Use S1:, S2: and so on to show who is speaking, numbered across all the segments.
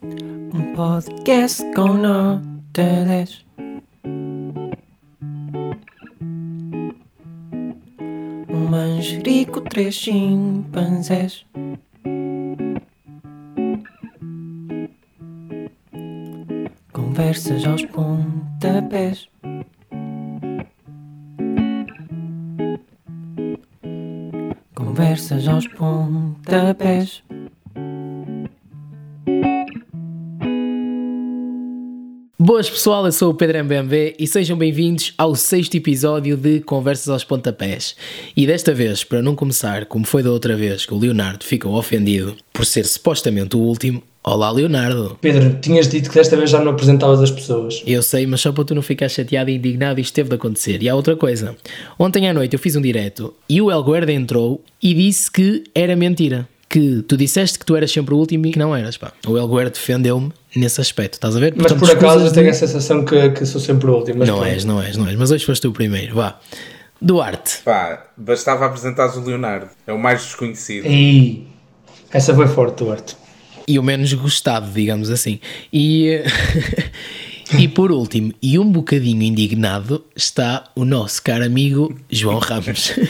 S1: Um podcast com notas. Um manjerico, três chimpanzés. Conversas aos pontapés. Conversas aos pontapés.
S2: Boas pessoal, eu sou o Pedro MBMB e sejam bem-vindos ao sexto episódio de Conversas aos Pontapés. E desta vez, para não começar como foi da outra vez que o Leonardo ficou ofendido por ser supostamente o último, olá Leonardo!
S3: Pedro, tinhas dito que desta vez já não apresentavas as pessoas.
S2: Eu sei, mas só para tu não ficar chateado e indignado, isto teve de acontecer. E há outra coisa: ontem à noite eu fiz um direto e o Elguerda entrou e disse que era mentira. Que tu disseste que tu eras sempre o último e que não eras, pá. O Elguerda defendeu-me nesse aspecto, estás a ver?
S3: Mas por acaso eu tenho a sensação que, que sou sempre o último. mas
S2: Não
S3: pronto.
S2: és, não és, não és, mas hoje foste tu o primeiro, vá. Duarte,
S4: Pá, bastava apresentares o Leonardo, é o mais desconhecido.
S3: Ei, essa foi forte, Duarte.
S2: e o menos gostado, digamos assim. E, e por último, e um bocadinho indignado, está o nosso caro amigo João Ramos.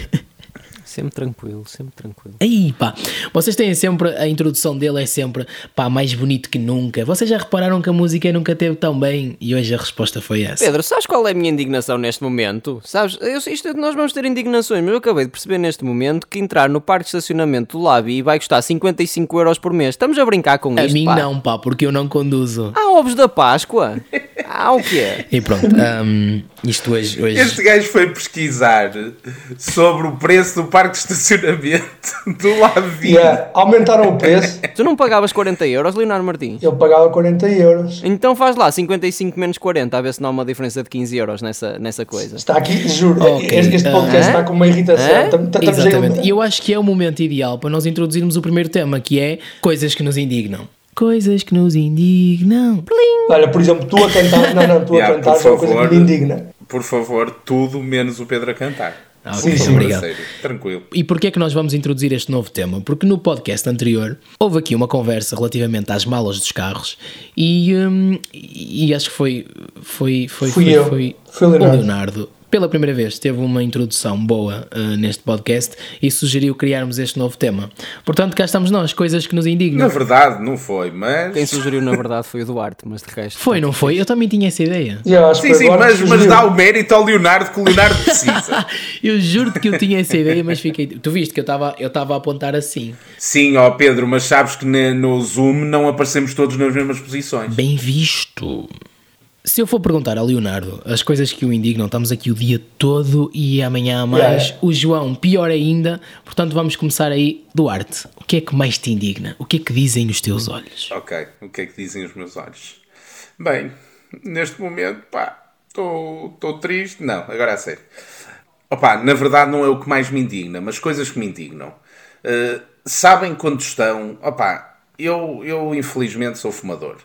S1: Sempre tranquilo, sempre tranquilo.
S2: Aí, pá, vocês têm sempre, a introdução dele é sempre, pá, mais bonito que nunca. Vocês já repararam que a música nunca teve tão bem? E hoje a resposta foi essa.
S1: Pedro, sabes qual é a minha indignação neste momento? Sabes, eu, isto, é, nós vamos ter indignações, mas eu acabei de perceber neste momento que entrar no parque de estacionamento do Labi vai custar 55 euros por mês. Estamos a brincar com
S2: a
S1: isto,
S2: mim
S1: pá.
S2: não, pá, porque eu não conduzo.
S1: Há ovos da Páscoa? Há o quê?
S2: E pronto, hum, isto hoje, hoje...
S4: Este gajo foi pesquisar sobre o preço do parque de estacionamento do Lavi.
S3: Yeah, eh, aumentaram o preço,
S1: Tu não pagavas 40 euros, Leonardo Martins?
S3: eu pagava 40 euros.
S1: Então faz lá 55 menos 40, a ver se não há uma diferença de 15 euros nessa, nessa coisa.
S3: Está aqui, juro,
S2: Ok,
S3: este, este podcast
S1: ah,
S3: está com uma irritação.
S1: ah,
S3: Tam- tam- estamos a-
S2: Exatamente. E eu acho que é o momento ideal para nós introduzirmos o primeiro tema, que é coisas que nos indignam. Coisas que nos indignam.
S3: Olha, por exemplo, tu a cantar, não, não, tu
S4: Yeah,
S3: a cantar
S4: por
S3: é uma coisa que
S4: favor.
S3: me indigna.
S4: Por favor, tudo menos o Pedro a cantar.
S2: Ah,
S3: Sim,
S2: ok,
S3: sim.
S2: obrigado.
S4: Sério, tranquilo.
S2: E porquê é que nós vamos introduzir este novo tema? Porque no podcast anterior houve aqui uma conversa relativamente às malas dos carros e, hum, e acho que foi foi foi
S3: Fui
S2: foi,
S3: eu.
S2: foi,
S3: Foi o
S2: o
S3: Leonardo.
S2: Leonardo. Pela primeira vez teve uma introdução boa ah, neste podcast e sugeriu criarmos este novo tema. Portanto, cá estamos nós, coisas que nos indignam.
S4: Na verdade, não foi, mas.
S1: Quem sugeriu na verdade foi o Duarte, mas de resto.
S2: Foi, não foi? Eu também tinha essa ideia.
S3: Yeah, acho
S4: Sim,
S3: que
S4: sim,
S3: agora
S4: mas, mas
S3: surgiu.
S4: dá o mérito ao Leonardo que o Leonardo precisa.
S2: Eu juro-te que eu tinha essa ideia, mas fiquei. Tu viste que eu estava eu estava a apontar assim.
S4: sim, ó Pedro, mas sabes que ne- no Zoom não aparecemos todos nas mesmas posições.
S2: Bem visto. Se eu for perguntar a Leonardo as coisas que o indignam, estamos aqui o dia todo e amanhã há mais.
S3: Yeah.
S2: O João, pior ainda. Portanto, vamos começar aí. Duarte, o que é que mais te indigna? O que é que dizem os teus olhos?
S4: Ok, o que é que dizem os meus olhos? Bem, neste momento, pá, estou triste. Não, agora a sério. Opa, na verdade não é o que mais me indigna, mas coisas que me indignam. Uh, sabem quando estão. Opa, eu, eu infelizmente sou fumador.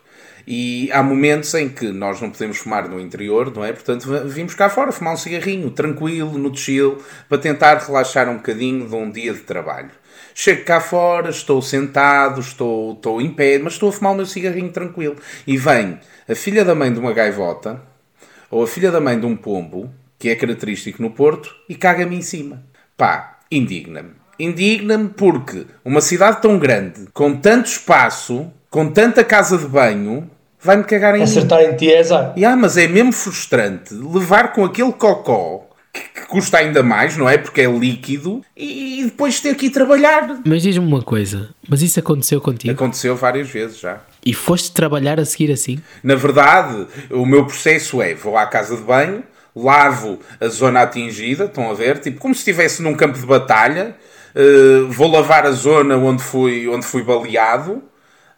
S4: E há momentos em que nós não podemos fumar no interior, não é? Portanto, v- vimos cá fora fumar um cigarrinho, tranquilo, no chill, para tentar relaxar um bocadinho de um dia de trabalho. Chego cá fora, estou sentado, estou, estou em pé, mas estou a fumar o meu cigarrinho tranquilo. E vem a filha da mãe de uma gaivota, ou a filha da mãe de um pombo, que é característico no Porto, e caga-me em cima. Pá, indigna-me. Indigna-me porque uma cidade tão grande, com tanto espaço, com tanta casa de banho, vai-me cagar em mim.
S3: Acertar em ti é azar.
S4: E, ah, mas é mesmo frustrante levar com aquele cocó que, que custa ainda mais, não é? Porque é líquido e, e depois ter que ir trabalhar.
S2: Mas diz-me uma coisa, mas isso aconteceu contigo?
S4: Aconteceu várias vezes já.
S2: E foste trabalhar a seguir assim?
S4: Na verdade, o meu processo é: vou à casa de banho, lavo a zona atingida, estão a ver? Tipo, como se estivesse num campo de batalha, eh, vou lavar a zona onde fui, onde fui baleado.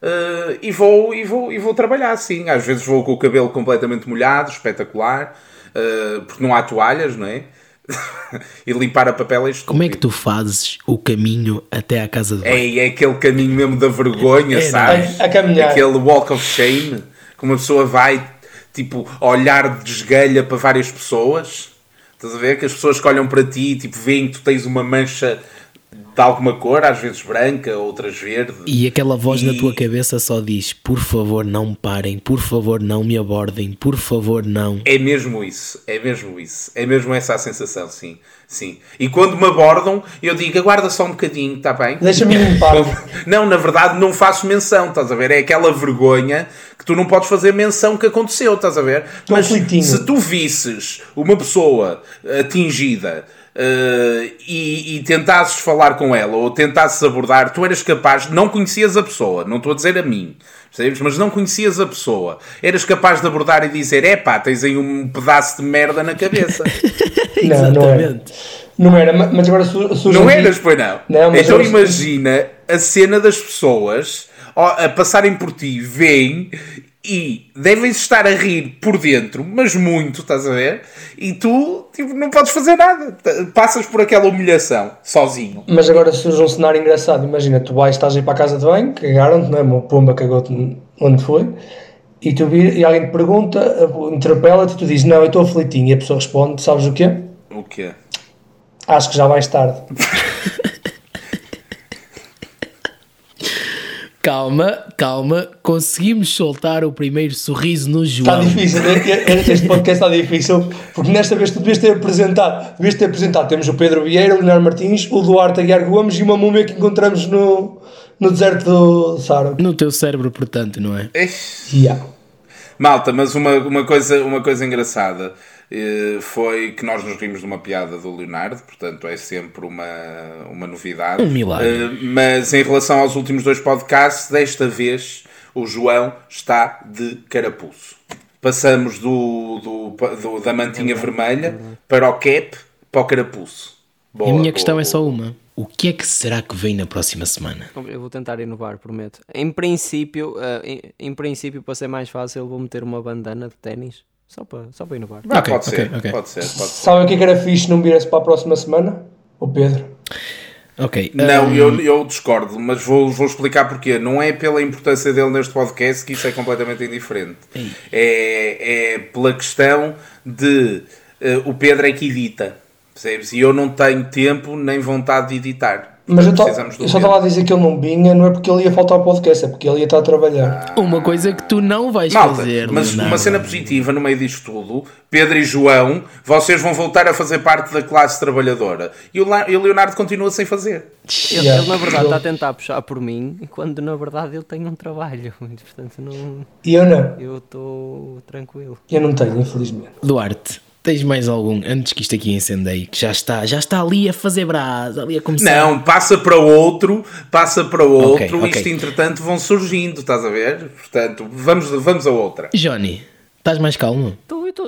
S4: eh, e, vou, e, vou, e vou trabalhar assim. Às vezes vou com o cabelo completamente molhado, espetacular, eh, porque não há toalhas, não é? e limpar a papel é estúpido.
S2: Como é que tu fazes o caminho até à casa de banho?
S4: É, é aquele caminho mesmo da vergonha,
S2: É,
S4: sabes?
S3: não é? A caminhar.
S4: Aquele walk of shame, que uma pessoa vai, tipo, olhar de desgalha para várias pessoas. Estás a ver? Que as pessoas que olham para ti, tipo, veem que tu tens uma mancha de alguma cor, às vezes branca, outras verde.
S2: E aquela voz na
S4: E-
S2: tua cabeça só diz: Por favor, não me parem, por favor, não me abordem, por favor, não.
S4: É mesmo isso, é mesmo isso, é mesmo essa a sensação, sim, sim. E quando me abordam, eu digo, aguarda só um bocadinho, está bem?
S3: Deixa-me limpar.
S4: Não, na verdade não faço menção, estás a ver? É aquela vergonha que tu não podes fazer menção que aconteceu, estás a ver?
S3: Tô
S4: Mas
S3: aflitinho.
S4: se tu visses uma pessoa atingida eh, e, e tentasses falar com ela ou tentasses abordar, tu eras capaz, não conhecias a pessoa, não estou a dizer a mim, percebes? Mas não conhecias a pessoa, eras capaz de abordar e dizer: é pá, tens aí um pedaço de merda na cabeça.
S3: Não, não era.
S2: Exatamente.
S3: Não era, ma- mas agora su- surge.
S4: Não
S3: aqui-
S4: eras, pois não.
S3: é? Não, mas
S4: então
S3: eu-
S4: imagina a cena das pessoas ó, a passarem por ti, veem e devem estar a rir por dentro, mas muito, estás a ver? E tu tipo, não podes fazer nada. T- Passas por aquela humilhação sozinho.
S3: Mas agora surge um cenário engraçado. Imagina, tu vais, estás aí para a casa de banho, cagaram-te, não é? Uma pomba cagou-te onde foi. E, tu vir, e alguém te pergunta, interpela-te, e tu dizes, não, eu estou aflitinho. E a pessoa responde, sabes o quê?
S4: O quê?
S3: Acho que já vais tarde.
S2: Calma, calma, conseguimos soltar o primeiro sorriso
S4: Tá
S2: no João.
S3: Está difícil, é, este este podcast está difícil, porque nesta vez tu devias ter apresentado, devias ter apresentado, temos o Pedro Vieira, o Leonardo Martins, o Duarte Aguiar Gomes e uma múmia que encontramos no, no deserto do Saara.
S2: No teu cérebro, portanto, não é?
S4: Eish.
S3: Yeah.
S4: Malta, mas uma, uma, coisa, uma coisa engraçada eh, foi que nós nos rimos de uma piada do Leonardo, portanto é sempre uma, uma novidade.
S2: Um milagre.
S4: Eh, mas em relação aos últimos dois podcasts, desta vez o João está de carapuço. Passamos do, do, pa- do- da mantinha vermelha para o cap, para o carapuço. Boa,
S2: a minha
S4: boa,
S2: questão é
S4: boa.
S2: só uma: O que é que será que vem na próxima semana?
S1: Então, Eu vou tentar inovar, prometo. Em princípio, eh, em, em princípio, para ser mais fácil, vou meter uma bandana de ténis. Só para, só para inovar.
S4: Ah,
S2: é- Ok,
S4: pode, ser,
S2: ok, ok.
S4: pode ser, pode ser.
S3: Sabem o que é que era fixe não vir-se para a próxima semana? O Pedro.
S2: Ok.
S4: Não,
S2: ah,
S4: eu, eu discordo, mas vou, vou explicar porquê. Não é pela importância dele neste podcast que isso é completamente indiferente. É, é pela questão de eh, o Pedro é que edita, percebes? E eu não tenho tempo nem vontade de editar.
S3: Mas eu, tô-
S4: Precisamos um
S1: um
S4: do
S3: eu só
S4: Pedro.
S3: estava a dizer que ele não vinha, não é porque ele ia faltar ao podcast, é porque ele ia estar a
S1: Ah,
S3: trabalhar.
S2: Uma coisa que tu não vais
S4: Malta,
S2: fazer,
S4: mas
S2: Leonardo.
S4: uma cena positiva no meio disto tudo, Pedro e João, vocês vão voltar a fazer parte da classe trabalhadora. E o, La- e o Leonardo continua sem fazer.
S1: Ele,
S3: Yeah.
S1: ele, na verdade,
S3: Eu-
S1: está a tentar puxar por mim, quando na verdade eu tenho um trabalho. Portanto, não,
S3: E eu não.
S1: eu estou tranquilo.
S3: Eu não tenho, infelizmente.
S2: Duarte, tens mais algum antes que isto aqui incendeie? Que já está, já está ali a fazer brasa, ali a começar.
S4: Não, passa para outro, passa para outro,
S2: ok.
S4: isto entretanto vão surgindo, estás a ver? Portanto, vamos, vamos a outra.
S2: Johnny, estás mais calmo?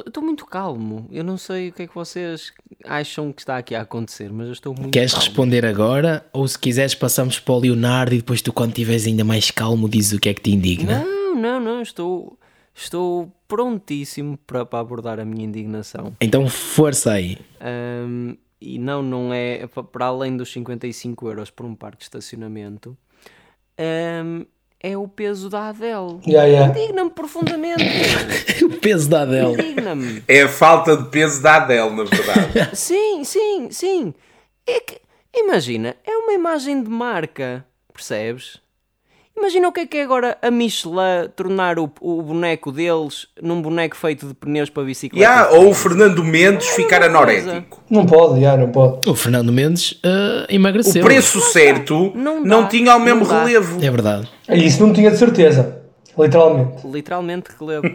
S1: Estou muito calmo. Eu não sei o que é que vocês acham que está aqui a acontecer, mas eu estou muito
S2: Queres
S1: calmo.
S2: responder agora? Ou se quiseres, passamos para o Leonardo e depois tu, quando estiveres ainda mais calmo, dizes o que é que te indigna.
S1: Não, não, não. Estou, estou prontíssimo para, para abordar a minha indignação.
S2: Então, força aí.
S1: Ahm, e não, não é pa- para além dos 55 euros por um parque de estacionamento. ahm, é o peso da Adele.
S3: Yeah, yeah.
S1: Indigna-me profundamente.
S2: o peso da Adele.
S1: Indigna-me.
S4: É a falta de peso da Adele, na verdade.
S1: Sim, sim, sim. É que, imagina, é uma imagem de marca, percebes? Imagina o que é que é agora a Michelin tornar o, o boneco deles num boneco feito de pneus para bicicleta.
S4: yeah, ou o Fernando Mendes ficar anorético.
S3: Não pode, yeah, não pode.
S2: O Fernando Mendes ah,
S4: O
S2: emagreceu.
S4: preço certo
S1: Não
S4: não,
S1: dá,
S4: tinha o mesmo
S1: não dá.
S4: relevo.
S2: É verdade.
S3: E isso não tinha de certeza. Literalmente.
S1: Literalmente relevo.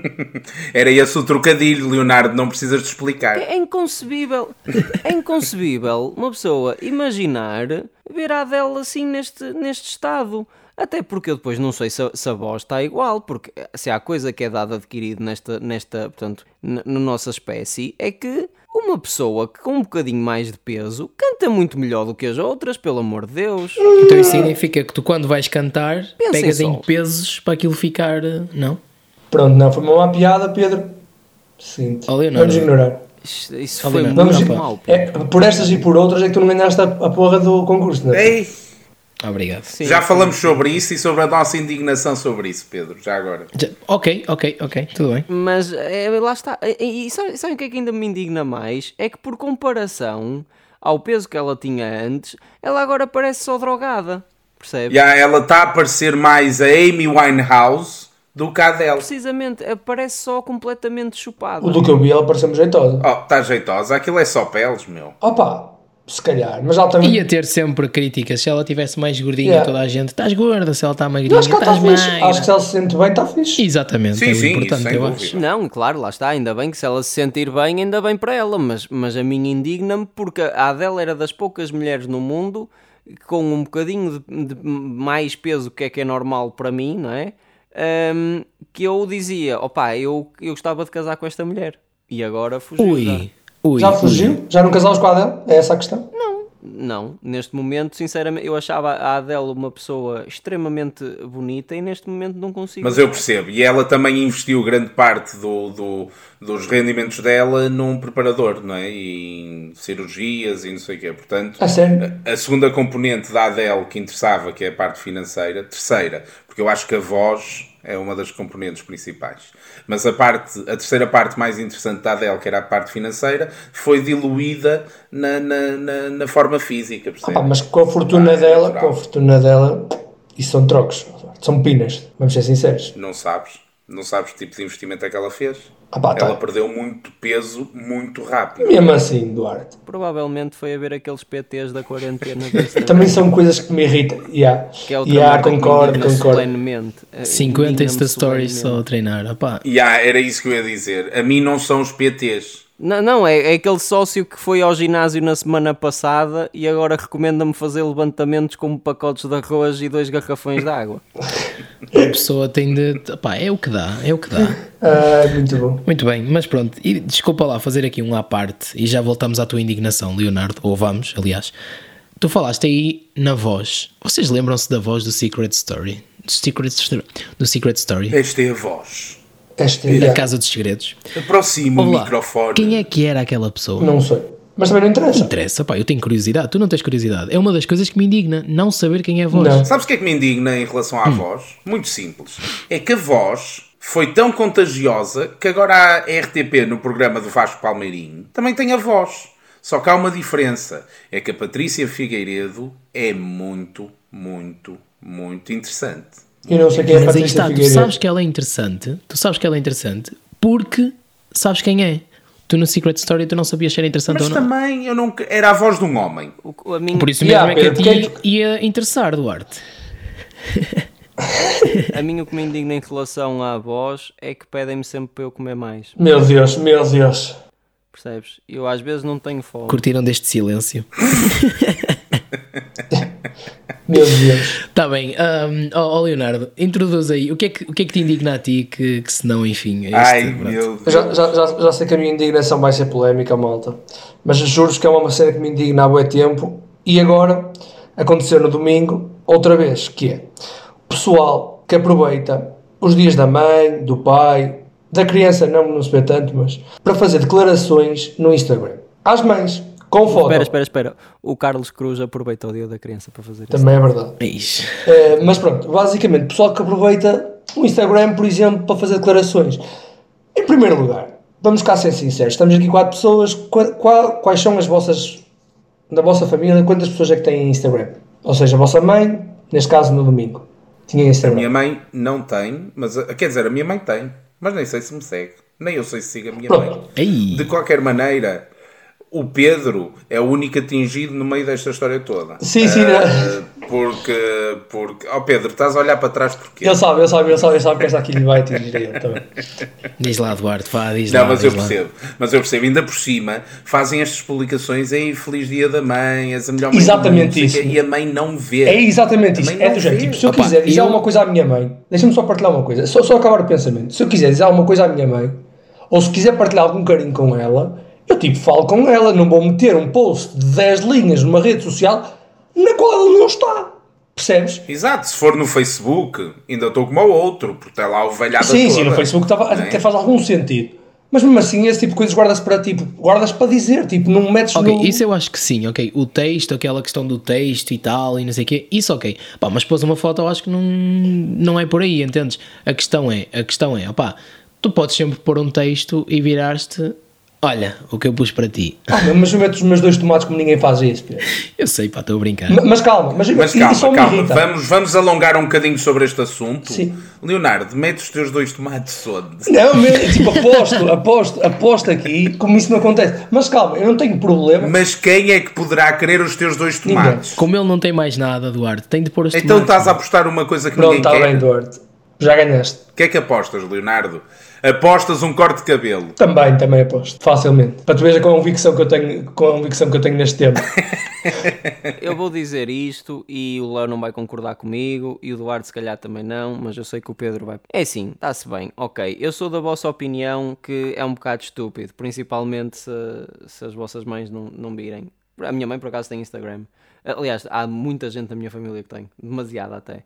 S4: Era esse o trocadilho, Leonardo, não precisas de explicar.
S1: É inconcebível, é inconcebível uma pessoa imaginar ver a Adele assim neste, neste estado. Até porque eu depois não sei se a, se a voz está igual, porque se há coisa que é dada adquirido nesta, nesta portanto, na na nossa espécie, é que uma pessoa que com um bocadinho mais de peso canta muito melhor do que as outras, pelo amor de Deus.
S2: Então isso significa que tu, quando vais cantar,
S1: Pensa
S2: pegas
S1: em
S2: em
S1: sol.
S2: pesos para aquilo ficar. ah, Não?
S3: Pronto, não, foi uma má piada, Pedro. Sim.
S2: Ó, Leonardo.
S3: Vamos ignorar.
S1: Isto- Isso foi
S2: Alina,
S3: Vamos
S1: muito
S2: opa.
S1: mau. pô.
S3: é, por estas e por outras é que tu não ganhaste a, a porra do concurso, não é?
S4: Ei,
S2: Obrigado.
S1: Sim,
S4: já
S1: sim.
S4: falamos sobre isso e sobre a nossa indignação sobre isso, Pedro, já agora.
S2: Já- ok, ok, ok, tudo bem.
S1: Mas eh, é, lá está. E, e- e sabe- sabem o que é que ainda me indigna mais? É que por comparação ao peso que ela tinha antes, ela agora parece só drogada. Percebe?
S4: E há- ela está a parecer mais a Amy Winehouse do que a Adele.
S1: Precisamente, eh, parece só completamente chupada.
S3: O do que eu vi, ela pareceu-me jeitosa.
S4: Oh, está jeitosa. Aquilo é só peles, meu.
S3: Opa, se calhar, mas ela também.
S2: Ia ter sempre críticas. Se ela tivesse mais gordinha,
S3: Yeah.
S2: toda a gente. Estás gorda, se ela está
S3: Eu
S2: magrinha,
S3: acho que ela
S2: estás
S3: está fixe.
S2: magra.
S3: Acho que se ela se sente bem, está fixe.
S2: Exatamente,
S4: Sim,
S2: é o
S4: sim, isso,
S2: importante,
S4: sem
S2: eu
S4: dúvida.
S2: acho.
S1: Não, claro, lá está, ainda bem que se ela se sentir bem, ainda bem para ela, mas, mas a minha indigna-me porque a Adele era das poucas mulheres no mundo com um bocadinho de, de mais peso que é que é normal para mim, não é? Ahm, que eu dizia, opá, eu, eu gostava de casar com esta mulher. E agora fugiu.
S2: Ui, ui.
S3: Já
S2: ui.
S3: fugiu? Já não casámos com a Adele? É essa a questão?
S1: Não, neste momento, sinceramente, eu achava a Adele uma pessoa extremamente bonita e neste momento não consigo.
S4: Mas eu percebo. E ela também investiu grande parte do, do- dos rendimentos dela num preparador, não é? E em cirurgias e não sei o quê. Portanto,
S3: A sério?
S4: a segunda componente da Adele que interessava, que é a parte financeira, terceira, porque eu acho que a voz é uma das componentes principais. Mas a parte, a terceira parte mais interessante da Adele, que era a parte financeira, foi diluída na, na, na, na forma física,
S3: Ah,
S4: percebe?
S3: pá, mas com a fortuna
S4: Ah,
S3: dela,
S4: natural.
S3: com a fortuna dela, isso são trocos. São pinas, vamos ser sinceros.
S4: Não sabes. Não sabes que tipo de investimento é que ela fez.
S3: Ah, pá, tá.
S4: Ela perdeu muito peso muito rápido.
S3: Mesmo assim, Duarte.
S1: Provavelmente foi a ver aqueles PTs da quarentena da Instagram,
S3: Também são coisas que me irritam. Yeah.
S1: que é outra
S3: Yeah,
S1: merda que me
S3: concordo,
S1: indigna-me
S3: concordo.
S1: solenemente. Eh,
S2: 50
S1: indigna-me
S2: Insta Stories
S1: solenemente.
S2: só a treinar. opá.
S4: E ah, era isso que eu ia dizer. A mim não são os PTs.
S1: Não, não é, é aquele sócio que foi ao ginásio na semana passada e agora recomenda-me fazer levantamentos como pacotes de arroz e dois garrafões de água.
S4: é
S2: A pessoa tem de. opá, é o que dá, é o que dá.
S3: Ah, muito bom.
S2: Muito bem, mas pronto, e desculpa lá fazer aqui um à parte e já voltamos à tua indignação, Leonardo, ou vamos, aliás. Tu falaste aí na voz. Vocês lembram-se da voz do Secret Story? Do Secret, Story- do Secret Story?
S4: Esta é a voz.
S3: Esta
S2: Da
S3: yeah.
S2: Casa dos Segredos.
S4: Aproxima o
S2: Olá,
S4: É, Um microfone.
S2: quem é que era aquela pessoa?
S3: Não sei. Mas também não interessa.
S2: interessa, pá, eu tenho curiosidade, tu não tens curiosidade. É uma das coisas que me indigna, não saber quem é a voz.
S3: Não.
S4: Sabes o que é que me indigna em relação
S2: Hum.
S4: à voz? Muito simples. É que a voz foi tão contagiosa que agora a RTP, no programa do Vasco Palmeirinho, também tem a voz. Só que há uma diferença. É que a Patrícia Figueiredo é muito, muito, muito interessante.
S3: Eu não sei quem é a
S2: Mas aí
S3: Patrícia
S2: está, tu
S3: Figueiredo.
S2: sabes que ela é interessante, tu sabes que ela é interessante porque sabes quem é. Tu no Secret Story tu não sabias se era interessante
S4: Mas
S2: ou Então não.
S4: também eu não... que- Era a voz de um homem.
S1: O que- a minha,
S2: Por isso mesmo
S3: Yeah,
S2: é que
S3: Pedro,
S2: a ti ia interessar, Duarte.
S1: a minha o que me indigna em relação à voz é que pedem-me sempre para eu comer mais,
S3: Meu Deus, meu Deus.
S1: percebes? Eu às vezes não tenho fome.
S2: Curtiram deste silêncio.
S3: Meu Deus.
S2: Está Tá bem, ahm, ó ó, Leonardo, introduz aí. O que, é que, o que é que te indigna a ti que, que se não, enfim, é este,
S4: Ai,
S2: pronto.
S4: meu
S3: Eu
S4: Deus.
S3: Já, já, já, já sei que a minha indignação vai ser polémica, malta. Mas juro-vos que é uma cena que me indigna há bué tempo. E agora, aconteceu no domingo, outra vez, que é o pessoal que aproveita os dias da mãe, do pai, da criança, não, não se vê tanto, mas para fazer declarações no Instagram. Às mães, com foto.
S1: Espera, espera, espera. O Carlos Cruz aproveitou o dia da criança para fazer isso.
S3: Também é verdade.
S2: Ixi.
S3: Uh, mas pronto, basicamente, o pessoal que aproveita o Instagram, por exemplo, para fazer declarações. Em primeiro lugar, vamos cá ser sinceros, estamos aqui quatro pessoas, qua- qua- quais são as vossas, da vossa família, quantas pessoas é que têm Instagram? Ou seja, a vossa mãe, neste caso no domingo, tinha Instagram.
S4: Minha mãe não tem, mas a- quer dizer, a minha mãe tem, mas nem sei se me segue. Nem eu sei se sigo a minha mãe.
S3: Pronto.
S2: Ei.
S4: De qualquer maneira, o Pedro é o único atingido no meio desta história toda.
S3: Sim, sim,
S4: Ah, porque, porque. Oh Pedro, estás a olhar para trás porquê?
S3: Ele sabe, ele sabe, ele sabe, ele sabe que esta aqui lhe vai atingir a ele também.
S2: Diz lá, Duarte, vá, diz
S4: Não,
S2: lá.
S4: mas eu
S2: diz lá.
S4: percebo, mas eu percebo, ainda por cima fazem estas publicações em Feliz Dia da Mãe, és a melhor mãe do
S3: Exatamente
S4: mundo, não sei o
S3: isso.
S4: quê, e a mãe não vê.
S3: É exatamente isso.
S4: Também
S3: É
S4: não
S3: do género.
S4: vê.
S3: Tipo, se eu
S2: Opa,
S3: quiser dizer
S2: eu-
S3: alguma coisa à minha mãe, deixa-me só partilhar uma coisa, só, só acabar o pensamento. Se eu quiser dizer alguma coisa à minha mãe, ou se quiser partilhar algum carinho com ela, eu tipo falo com ela, não vou meter um post de 10 linhas numa rede social na qual ela não está. Percebes?
S4: Exato, se for no Facebook, ainda estou como o outro, porque está lá o velhado
S3: Sim, sim, no
S4: é.
S3: Facebook tava, até faz algum sentido. Mas mesmo assim, esse tipo de coisas guardas para tipo, guardas para dizer, tipo, não metes
S2: Ok,
S3: no.
S2: isso eu acho que sim, ok. O texto, aquela questão do texto e tal, e não sei o quê, isso ok. Pá, mas pôs uma foto, eu acho que não, não é por aí, entendes? A questão é, a questão é, opá, tu podes sempre pôr um texto e virar-te Olha, o que eu pus para ti.
S3: Ah, meu, mas eu meto os meus dois tomates como ninguém faz isso, Pedro.
S2: Eu sei, pá, estou a brincar.
S3: Ma- Mas calma, mas,
S4: Mas
S3: e- isso só
S4: calma,
S3: me
S4: calma,
S3: irrita.
S4: vamos, vamos alongar um bocadinho sobre este assunto.
S3: Sim.
S4: Leonardo, mete os teus dois tomates onde?
S3: Não, meu, tipo, aposto, aposto, aposto aqui como isso não acontece. Mas calma, eu não tenho problema.
S4: Mas quem é que poderá querer os teus dois
S3: Ninguém.
S4: tomates?
S2: Como ele não tem mais nada, Duarte, tem de pôr os
S4: Então
S2: tomates.
S4: estás a apostar uma coisa que
S3: Pronto,
S4: ninguém
S3: está
S4: quer.
S3: bem, Duarte. Já ganhaste.
S4: O que é que apostas, Leonardo? Apostas um corte de cabelo.
S3: Também, também aposto. Facilmente. Para tu veres a convicção que eu tenho, com a convicção que eu tenho neste tema.
S1: Eu vou dizer isto e o Léo não vai concordar comigo e o Duarte se calhar também não, mas eu sei que o Pedro vai. É sim, está-se bem, ok. Eu sou da vossa opinião que é um bocado estúpido, principalmente se, se as vossas mães não, não virem. A minha mãe por acaso tem Instagram. Aliás, há muita gente da minha família que tem, demasiada até.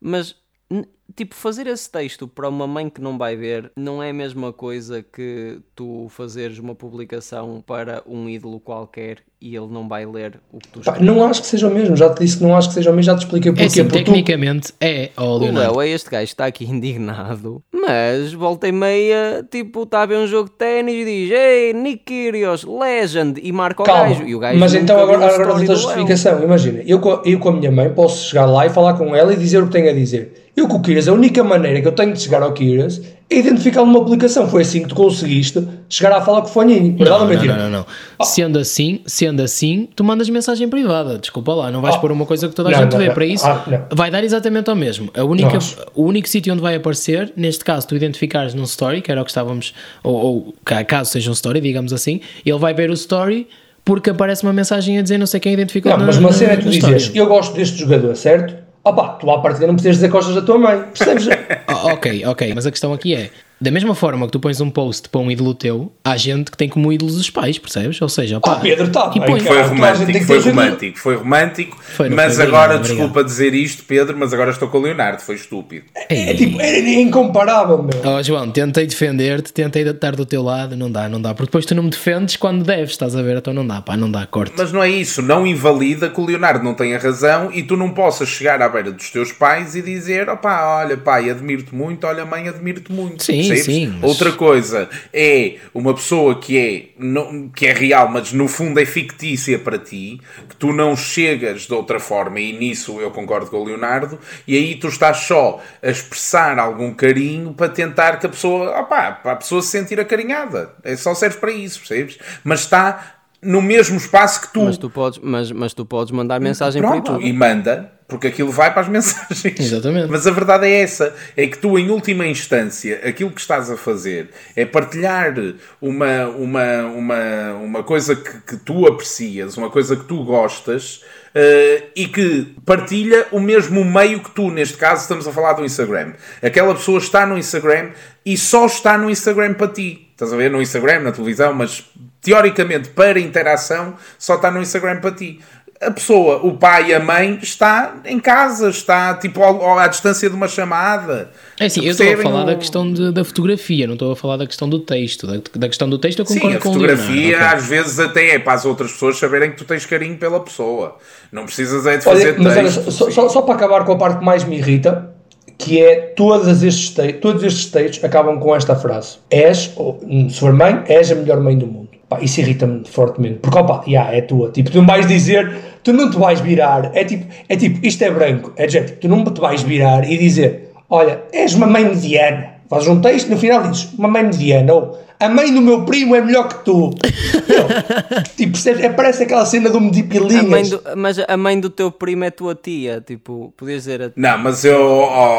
S1: Mas, n- tipo, fazer esse texto para uma mãe que não vai ver não é a mesma coisa que tu fazeres uma publicação para um ídolo qualquer e ele não vai ler o que tu
S3: Pá,
S1: escreves.
S3: não acho que seja o mesmo. Já te disse que não acho que seja o mesmo. Já te expliquei o
S2: É
S3: porquê.
S2: assim,
S3: porque tu-
S2: tecnicamente é, ó
S1: O
S2: Leonardo.
S1: Léo é este gajo que está aqui indignado, mas volta e meia, tipo, está a ver um jogo de ténis e diz: Ei, Nick Kyrgios, legend, e marca o
S3: Calma,
S1: gajo. E o gajo
S3: mas
S1: nunca
S3: então
S1: viu
S3: agora,
S1: a
S3: agora
S1: story
S3: tens a
S1: do Léo.
S3: justificação. Imagina, eu com, eu com a minha mãe posso chegar lá e falar com ela e dizer o que tenho a dizer. Eu com o Kiras, a única maneira que eu tenho de chegar ao Kiras é identificá-lo numa aplicação. Foi assim que tu conseguiste chegar a falar com o Foninho. Verdade
S2: Não,
S3: ou
S2: não,
S3: mentira?
S2: não, não, não.
S3: Oh.
S2: Sendo assim, sendo assim, tu mandas mensagem privada. Desculpa lá, não vais
S3: Oh.
S2: pôr uma coisa que toda a
S3: Não,
S2: gente
S3: não,
S2: vê
S3: não.
S2: para isso.
S3: Ah, não.
S2: vai dar exatamente ao mesmo. A única,
S3: Nossa.
S2: o único sítio onde vai aparecer, neste caso, tu identificares num story, que era o que estávamos, ou, ou ca- caso seja um story, digamos assim, ele vai ver o story porque aparece uma mensagem a dizer não sei quem identificou.
S3: Não,
S2: na-
S3: mas uma
S2: na-
S3: cena é tu
S2: na
S3: dizes,
S2: story.
S3: eu gosto deste jogador, certo? Opa, tu à partida não precisas dizer costas da tua mãe, percebes?
S2: Ah, ok, ok, mas a questão aqui é: da mesma forma que tu pões um post para um ídolo teu, há gente que tem como ídolos os pais, percebes? Ou seja,
S3: Ah,
S2: pá,
S3: Pedro, tá
S2: E
S3: bem,
S2: põe-
S4: Foi
S3: cara, toda a gente tem que
S4: romântico, foi
S3: ter jogador.
S4: romântico, foi romântico.
S2: Foi, não
S4: mas
S2: foi,
S4: agora,
S2: obrigado,
S4: desculpa dizer isto, Pedro, mas agora estou com o Leonardo, foi estúpido.
S3: É tipo, é incomparável, meu.
S2: Oh, João, tentei defender-te, tentei estar do teu lado, não dá, não dá, porque depois tu não me defendes quando deves, estás a ver? Então não dá, pá, não dá, corte.
S4: Mas não é isso, não invalida que o Leonardo não tenha razão e tu não possas chegar à beira dos teus pais e dizer opá, olha pai, admiro-te muito, olha mãe, admiro-te muito.
S2: Sim,
S4: percebes?
S2: sim, mas-
S4: Outra coisa é uma pessoa que é, não- que é real, mas no fundo é fictícia para ti, que tu não chegas de outra forma, e nisso eu concordo com o Leonardo, e aí tu estás só a expressar algum carinho para tentar que a pessoa, opá, para a pessoa se sentir acarinhada. É, só serve para isso, percebes? Mas está no mesmo espaço que tu.
S1: Mas tu podes, mas, mas tu podes mandar mensagem
S4: Pronto,
S1: privada.
S4: e manda, porque aquilo vai para as mensagens.
S2: Exatamente.
S4: Mas a verdade é essa: é que tu, em última instância, aquilo que estás a fazer é partilhar uma, uma, uma, uma coisa que, que tu aprecias, uma coisa que tu gostas eh, e que partilha o mesmo meio que tu. Neste caso, estamos a falar do Instagram. Aquela pessoa está no Instagram e só está no Instagram para ti. Estás a ver? No Instagram, na televisão, mas teoricamente para interação só está no Instagram para ti a pessoa, o pai e a mãe, está em casa, está tipo ao- ao- à distância de uma chamada.
S2: É assim, eu estou a
S4: Percebem
S2: falar
S4: o-
S2: da questão de- da fotografia, não estou a falar da questão do texto. Da, da questão do texto eu concordo
S4: Sim, a
S2: com o
S4: fotografia
S2: Leonardo. é? ok.
S4: às vezes até é para as outras pessoas saberem que tu tens carinho pela pessoa. Não precisas é de fazer
S3: Olha, mas olha,
S4: texto.
S3: só, só, só para acabar com a parte que mais me irrita, que é todas estes te- todos estes textos acabam com esta frase: És, ou, hum, se for mãe, és a melhor mãe do mundo. Pá, isso irrita-me fortemente, porque opa, yeah, é tua. Tipo, tu não vais dizer, tu não te vais virar. É tipo, é tipo isto é branco. É do género, tipo, tu não te vais virar e dizer: Olha, és uma mãe mediana. Fazes um texto no final dizes: Uma mãe mediana, ou a mãe do meu primo é melhor que tu. Meu, tipo, percebes? É, parece aquela cena do
S1: A
S3: Medipilinhas.
S1: mãe do- mas a mãe do teu primo é tua tia, tipo, podias dizer a
S4: Não, mas eu,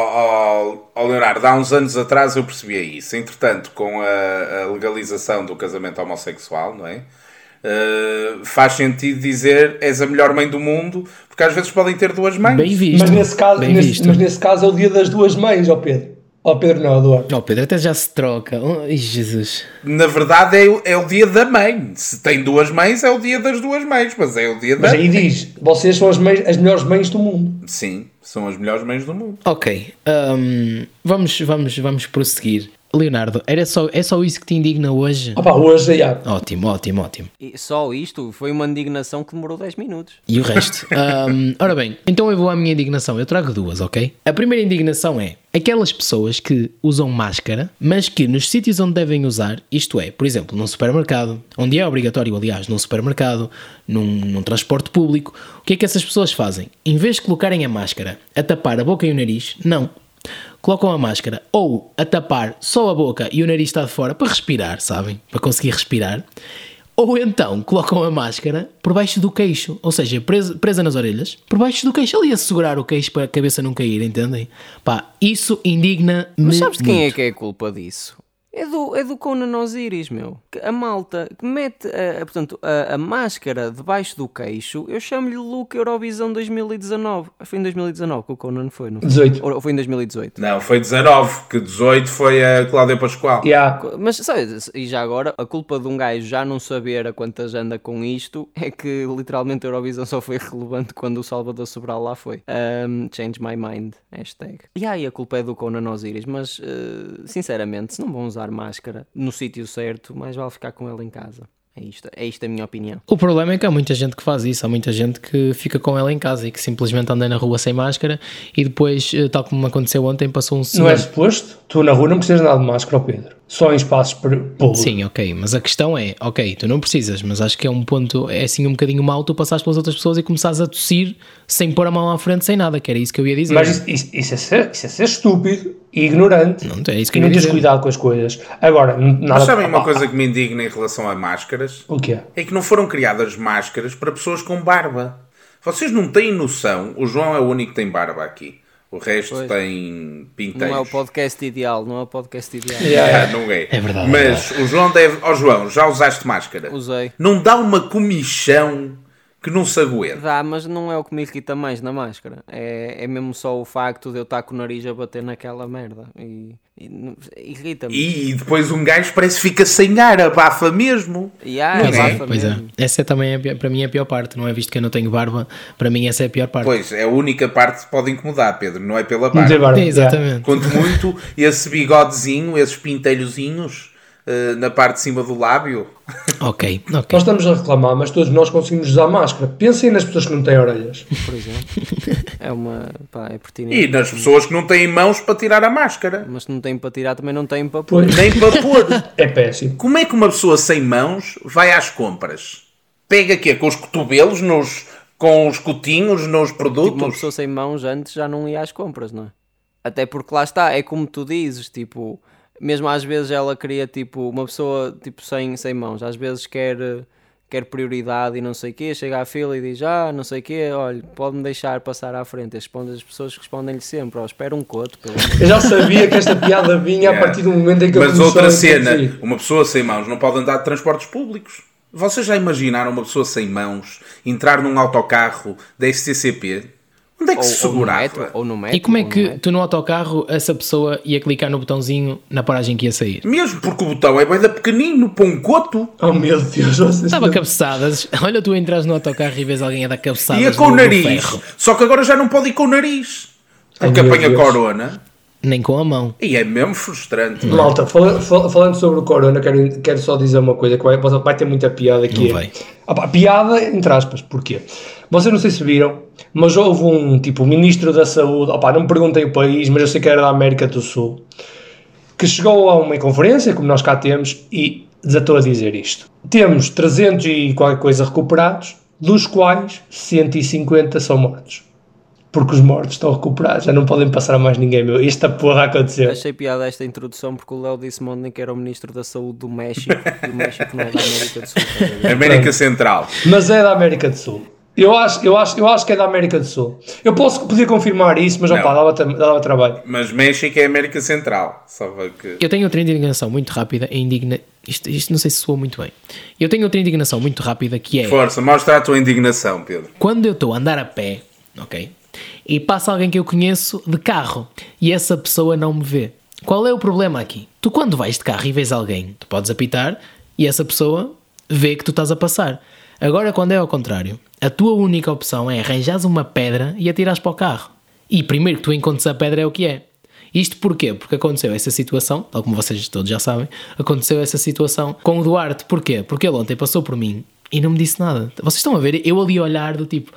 S4: ó, ó, ó, Leonardo, há uns anos atrás eu percebia isso. Entretanto, com a, a legalização do casamento homossexual, não é? Eh, faz sentido dizer és a melhor mãe do mundo, porque às vezes podem ter duas mães.
S2: Bem visto.
S3: Mas nesse, caso,
S2: bem
S3: nesse-
S2: visto.
S3: mas nesse caso é o dia das duas mães, ó Pedro. Ó Pedro não, Eduardo.
S2: Oh, Pedro, até já se troca. Oh, ai, Jesus.
S4: Na verdade, é, o- é o dia da mãe. Se tem duas mães, é o dia das duas mães, mas é o dia da.
S3: Mas aí diz, vocês são as, mães, as melhores mães do mundo.
S4: Sim, são as melhores mães do mundo.
S2: Ok, hum, vamos, vamos, vamos prosseguir. Leonardo, era só, é só isso que te indigna hoje?
S3: Opa, hoje, yeah.
S2: Ótimo, ótimo, ótimo.
S1: E só isto foi uma indignação que demorou 10 minutos.
S2: E o resto? Ahm, ora bem, então eu vou à minha indignação. Eu trago duas, ok? A primeira indignação é aquelas pessoas que usam máscara, mas que nos sítios onde devem usar, isto é, por exemplo, num supermercado, onde é obrigatório, aliás, num supermercado, num, num transporte público, o que é que essas pessoas fazem? Em vez de colocarem a máscara a tapar a boca e o nariz, não. Colocam a máscara ou a tapar só a boca e o nariz está de fora para respirar, sabem? Para conseguir respirar. Ou então colocam a máscara por baixo do queixo, ou seja, presa, presa nas orelhas, por baixo do queixo, ali a segurar o queixo para a cabeça não cair, entendem? Pá, isso indigna-me.
S1: Mas sabes de quem
S2: muito.
S1: é que é a culpa disso? É do, é do Conan Osiris, meu. Que A malta que mete a, a- portanto, a, a máscara debaixo do queixo, eu chamo-lhe Luke Eurovisão 2019. Foi em 2019 que o Conan foi, não foi?
S3: 18.
S1: Ou foi em 2018.
S4: Não, foi 19, que 18 foi a Cláudia Pascoal.
S3: Yeah.
S1: Mas sabes, e já agora, a culpa de um gajo já não saber a quantas anda com isto é que literalmente a Eurovisão só foi relevante quando o Salvador Sobral lá foi. Ahm, change my mind, hashtag. E aí a culpa é do Conan Osiris, mas eh, sinceramente, se não vão usar máscara no sítio certo, mais vale ficar com ela em casa. É isto, é isto a minha opinião.
S2: O problema é que há muita gente que faz isso, há muita gente que fica com ela em casa e que simplesmente anda na rua sem máscara e depois, eh, tal como aconteceu ontem, passou um
S3: Não
S2: senhor.
S3: é suposto? Tu na rua não precisas nada de máscara, ó Pedro. Só em espaços per- públicos.
S2: Sim, ok, mas a questão é, ok, tu não precisas, mas acho que é um ponto, é assim um bocadinho mau tu passares pelas outras pessoas e começares a tossir sem pôr a mão à frente, sem nada, que era isso que eu ia dizer.
S3: Mas isso, isso- isso é ser, isso é ser estúpido e ignorante.
S2: Não, é isso que
S3: e
S2: eu ia
S3: não tens
S2: dizer.
S3: cuidado com as coisas. Agora, n- nada. tá
S4: Mas sabem uma
S3: opa,
S4: coisa que me indigna em relação a máscaras?
S3: O que é?
S4: é que não foram criadas máscaras para pessoas com barba. Vocês não têm noção, o João é o único que tem barba aqui. O resto
S1: Pois.
S4: tem
S1: Não
S4: pinteiros.
S1: é o podcast ideal, não é o podcast ideal.
S4: Ah, não é.
S2: É verdade, é
S4: Mas o João deve. Ó João, já usaste máscara?
S1: Usei.
S4: Não dá uma comichão que não se aguenta.
S1: Dá, mas não é o que me irrita mais na máscara. É, é mesmo só o facto de eu estar com o nariz a bater naquela merda. E, e não- irrita-me.
S4: E depois um gajo parece que fica sem ar, abafa mesmo.
S1: Yeah,
S2: Pois é,
S1: abafa
S2: pois é.
S1: ah, mesmo.
S2: Essa é também, a pi- para mim, é a pior parte, não é? Visto que eu não tenho barba, para mim essa é a pior parte.
S4: Pois, é a única parte que pode incomodar, Pedro, não é pela
S3: Não tem
S4: barba.
S3: barba.
S2: É, exatamente.
S4: Quanto muito esse bigodezinho, esses pintelhozinhos eh, na parte de cima do lábio.
S2: Ok,
S3: Nós
S2: ok.
S3: estamos a reclamar, mas todos nós conseguimos usar máscara. Pensem nas pessoas que não têm orelhas.
S1: por exemplo. É uma. Pá, é pertinente.
S4: E nas pessoas que não têm mãos para tirar a máscara.
S1: Mas se não tem para tirar, também não tem para pôr.
S3: Pois,
S4: Nem para pôr.
S3: é péssimo.
S4: Como é que uma pessoa sem mãos vai às compras? Pega quê? Com os cotovelos, nos, com os cotinhos, nos
S1: Tipo, uma
S4: produtos?
S1: pessoa sem mãos antes já não ia às compras, não é? Até porque lá está, é como tu dizes, tipo, mesmo às vezes ela queria, tipo, uma pessoa tipo, sem, sem mãos, às vezes quer, eh, quer prioridade e não sei o quê, chega à fila e diz, ah, não sei o quê, olha, pode-me deixar passar à frente. Responde, as pessoas respondem-lhe sempre, ó, espera um coto, pelo menos.
S3: Eu já sabia que esta piada vinha a
S4: É.
S3: partir do momento em que eu
S4: Mas
S3: comecei
S4: outra
S3: a
S4: cena,
S3: introduzir.
S4: uma pessoa sem mãos não pode andar de transportes públicos. Vocês já imaginaram uma pessoa sem mãos entrar num autocarro da STCP? Onde é que se
S1: Ou, ou no metro,
S4: segurava?
S1: ou no metro.
S2: E como é
S1: ou no
S2: que
S1: metro.
S2: tu no autocarro essa pessoa ia clicar no botãozinho na paragem que ia sair?
S4: Mesmo porque o botão é bem da pequenino, para um coto.
S3: Oh meu Deus, vocês
S2: Estava
S3: estão-
S2: cabeçadas. Olha, tu entras no autocarro e vês alguém a dar cabeçadas.
S4: Ia
S2: no-
S4: é com o
S2: no
S4: nariz.
S2: ferro.
S4: Só que agora já não pode ir com o nariz. Porque
S3: Ai, meu
S4: apanha
S3: Deus.
S4: corona.
S2: Nem com a mão.
S4: E é mesmo frustrante.
S2: é?
S3: Malta, fala- fal- falando sobre o Corona, quero, quero só dizer uma coisa que vai, vai ter muita piada aqui.
S2: Não vai.
S3: piada, entre aspas, porquê? Vocês não sei se viram, mas houve um tipo ministro da saúde, opá, não me perguntei o país, mas eu sei que era da América do Sul, que chegou a uma conferência, como nós cá temos, e desatou a dizer isto. Temos 300 e qualquer coisa recuperados, dos quais 150 são mortos. Porque os mortos estão recuperados, já não podem passar a mais ninguém, meu. Esta porra aconteceu.
S1: Achei piada esta introdução porque o Léo disse ontem que era o Ministro da Saúde do México e o México não é da América do Sul. estás a ver?
S4: América Central.
S3: Mas é da América do Sul. Eu acho, eu acho, eu acho que é da América do Sul. Eu posso podia confirmar isso, mas
S4: Não.
S3: opá, dava, tra- dava trabalho.
S4: Mas México é América Central. Só para que.
S2: Eu tenho outra indignação muito rápida. e Indigna... Isto, isto não sei se soa muito bem. Eu tenho outra indignação muito rápida que é
S4: Força, mostra a tua indignação, Pedro.
S2: quando eu estou a andar a pé, ok? E passa alguém que eu conheço de carro e essa pessoa não me vê. Qual é o problema aqui? Tu, quando vais de carro e vês alguém, tu podes apitar e essa pessoa vê que tu estás a passar. Agora, quando é ao contrário, a tua única opção é arranjares uma pedra e atirares para o carro. E primeiro que tu encontres a pedra é o que é. Isto porquê? Porque aconteceu essa situação, tal como vocês todos já sabem, aconteceu essa situação com o Duarte. Porquê? Porque ele ontem passou por mim e não me disse nada. Vocês estão a ver? Eu ali a olhar do tipo,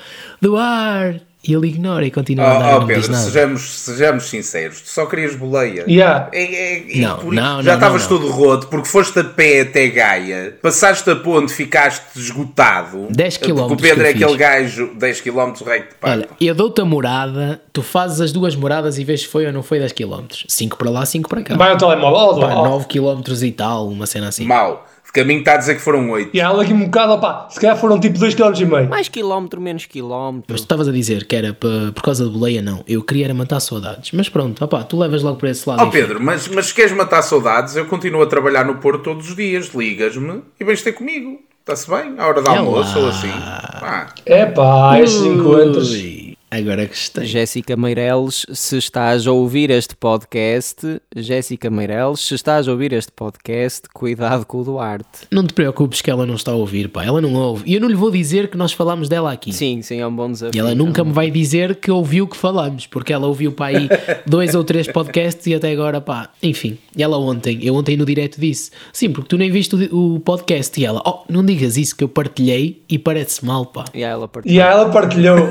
S2: Duarte! E ele ignora e continua a andar
S4: Oh,
S2: e
S4: oh,
S2: não me diz
S4: Pedro,
S2: nada.
S4: sejamos, sejamos sinceros, tu só querias boleia.
S3: Yeah.
S4: É- é- é
S2: Não,
S4: por isso.
S2: não,
S4: já
S2: não,
S4: estavas
S2: não, não.
S4: todo roto porque foste a pé até Gaia, passaste a ponte, ficaste esgotado.
S2: 10
S4: Porque o
S2: quilómetros
S4: Pedro
S2: que eu
S4: é aquele
S2: fiz.
S4: gajo 10 km recto de
S2: Olha,
S4: pato.
S2: eu dou-te a morada, tu fazes as duas moradas e vês se foi ou não foi 10 km. 5 para lá, 5
S4: É.
S2: para cá.
S3: Vai ao telemóvel, Oh. ó,
S2: Pá,
S3: Duarte, ó.
S2: 9 km e tal, uma cena assim.
S4: Mal. De caminho está a dizer que foram 8.
S3: E ela aqui um bocado, opá, se calhar foram tipo 2,5km.
S1: Mais quilómetro, menos quilómetro.
S2: Mas tu estavas a dizer que era pa- por causa de boleia, não. Eu queria era matar saudades. Mas pronto, opá, tu levas logo para esse lado.
S4: Ó
S2: enfim.
S4: Oh, Pedro, mas, mas se queres matar saudades, eu continuo a trabalhar no Porto todos os dias. Ligas-me e vens ter comigo. Está-se bem? À hora do
S2: É
S4: almoço
S2: lá.
S4: ou assim. Pá.
S3: Epá, é estes 50.
S2: Ui, Agora gostei.
S1: Jéssica Meireles, se estás a ouvir este podcast, Jéssica Meireles, se estás a ouvir este podcast, cuidado com o Duarte.
S2: Não te preocupes que ela não está a ouvir, pá. Ela não ouve. E eu não lhe vou dizer que nós falámos dela aqui.
S1: Sim, sim, é um bom desafio.
S2: E ela nunca me vai dizer que ouviu que falámos, porque ela ouviu para aí dois ou três podcasts e até agora, pá, enfim. E ela ontem, eu ontem no direto disse: Sim, porque tu nem viste o, o podcast. E ela, oh, não digas isso que eu partilhei e parece mal, pá.
S1: E aí ela partiu.
S3: E aí ela partilhou.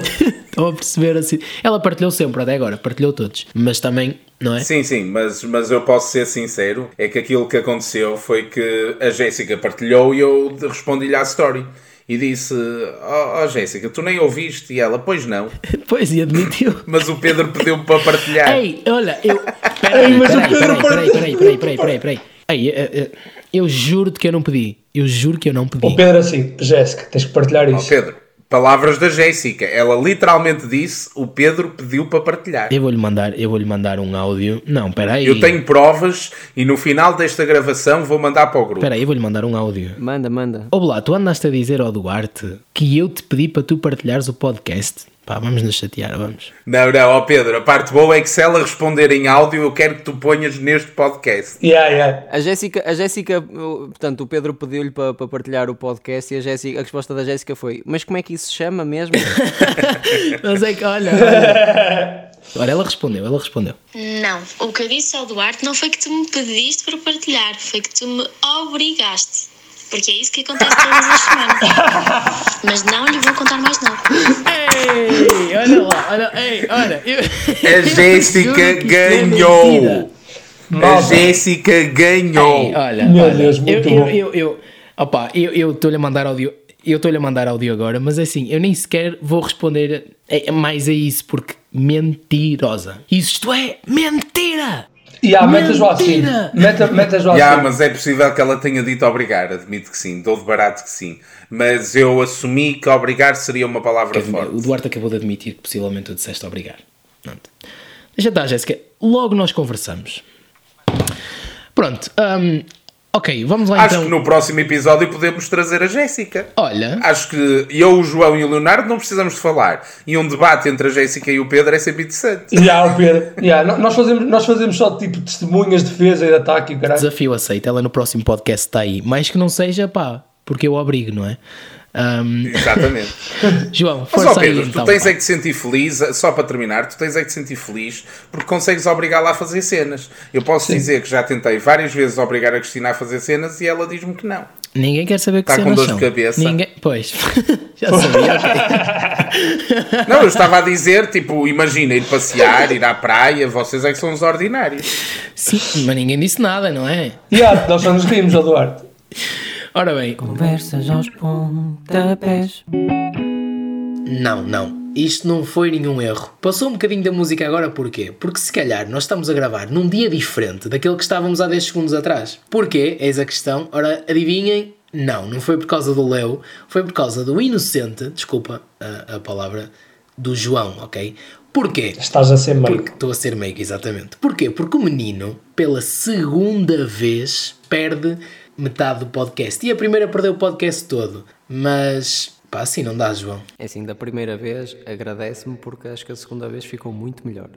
S2: Estão a perceber assim. Ela partilhou sempre até agora, partilhou todos. Mas também, não é?
S4: Sim, sim, mas, mas eu posso ser sincero. É que aquilo que aconteceu foi que a Jéssica partilhou e eu respondi-lhe à story. E disse, ó oh, Jéssica, tu nem ouviste? E ela, pois não.
S2: Pois, e admitiu.
S4: Mas o Pedro pediu-me para partilhar.
S2: Ei, olha, eu. É. Peraí,
S3: mas o
S2: peraí,
S3: Pedro
S2: peraí, peraí,
S3: partiu.
S2: peraí, peraí, peraí, peraí, peraí. Ei, eh, eh, eu juro-te que eu não pedi. Eu juro que eu não
S3: o
S2: pedi.
S3: Pedro assim, Jéssica, tens que partilhar
S4: Ó
S3: isso.
S4: Oh, Pedro, palavras da Jéssica. Ela literalmente disse, o Pedro pediu para partilhar.
S2: Eu vou-lhe mandar, eu vou-lhe mandar um áudio. Não, peraí.
S4: Eu tenho provas e no final desta gravação vou mandar para o grupo.
S2: Espera aí, eu vou-lhe mandar um áudio.
S1: Manda, manda.
S2: Ô Blá, tu andaste a dizer ao Duarte que eu te pedi para tu partilhares o podcast. Pá, vamos nos chatear, vamos.
S4: Não, não, ó Pedro, a parte boa é que se ela responder em áudio, eu quero que tu ponhas neste podcast.
S3: Yeah, yeah.
S1: A Jéssica, a Jéssica, o- portanto, o Pedro pediu-lhe para partilhar o podcast e a, Jéssica, a resposta da Jéssica foi: Mas como é que isso se chama mesmo?
S2: Mas é que, olha, olha. Ora, ela respondeu, ela respondeu.
S5: Não, o que eu disse ao Duarte não foi que tu me pediste para partilhar, foi que tu me obrigaste. Porque é isso que acontece todas as semanas. Mas não lhe vou contar mais nada.
S2: Ei, olha lá, olha, ei, olha. eu-
S4: A
S2: eu juro que
S4: É Jéssica
S2: isto é mentira.
S4: ganhou! A
S3: Malta.
S4: é- Jéssica ganhou!
S2: Ei, olha,
S3: Meu
S2: olha,
S3: Deus,
S2: eu,
S3: muito
S2: eu,
S3: bom.
S2: eu, eu, opá, eu, eu estou-lhe a mandar áudio. Eu estou-lhe a mandar áudio agora, mas assim, eu nem sequer vou responder a- a- mais a isso, porque mentirosa. Isto é mentira!
S3: E há metas lá assim.
S2: Mentira!
S3: Meta- Metas lá
S4: Já,
S3: assim.
S4: mas é possível que ela tenha dito obrigar, admito que sim, dou de barato que sim. Mas eu assumi que obrigar seria uma palavra forte.
S2: O Duarte acabou de admitir que possivelmente tu disseste obrigado. Pronto. Deixa estar, Jéssica. Logo nós conversamos. Pronto. hum, ok, vamos lá
S4: Acho
S2: então.
S4: que no próximo episódio podemos trazer a Jéssica.
S2: Olha,
S4: Acho que eu, o João e o Leonardo não precisamos de falar. E um debate entre a Jéssica e o Pedro é sempre interessante.
S3: Já, o oh, Pedro. Já, no- nós, fazemos, nós fazemos só tipo testemunhas, defesa e de ataque e o caralho.
S2: Desafio aceito. Ela no próximo podcast está aí. Mais que não seja, pá, porque eu obrigo, não é? Hum, Ahm,
S4: Exatamente.
S2: João,
S4: Mas
S2: força
S4: ó Pedro,
S2: aí
S4: tu
S2: então.
S4: tens
S2: pá.
S4: é que te sentir feliz, só para terminar, tu tens é que te sentir feliz porque consegues obrigá-la a fazer cenas. Eu posso dizer que já tentei várias vezes obrigar a Cristina a fazer cenas e ela diz-me que não.
S2: Ninguém quer saber que
S4: Tá com
S2: cenas
S4: dor de
S2: são.
S4: cabeça.
S2: Ninguém... Pois, já sabia, ok.
S4: Não, eu estava a dizer, tipo, imagina ir passear, ir à praia, vocês é que são os ordinários.
S2: Sim, mas ninguém disse nada, não é?
S3: Já, nós só nos rimos, ó Duarte.
S2: Ora bem,
S1: Conversas aos pontapés.
S2: Não, não. Isto não foi nenhum erro. Passou um bocadinho da música agora porquê? Porque se calhar nós estamos a gravar num dia diferente daquele que estávamos há 10 segundos atrás. Porquê? Eis a questão. Ora, adivinhem? Não, não foi por causa do Leo, foi por causa do inocente, desculpa a, a palavra, do João, ok? Porquê?
S3: Estás a ser meio.
S2: Porque estou a ser meio, exatamente. Porquê? Porque o menino, pela segunda vez, perde metade do podcast. E a primeira perdeu o podcast todo. Mas, pá, assim não dá, João.
S1: É assim, da primeira vez, agradece-me porque acho que a segunda vez ficou muito melhor.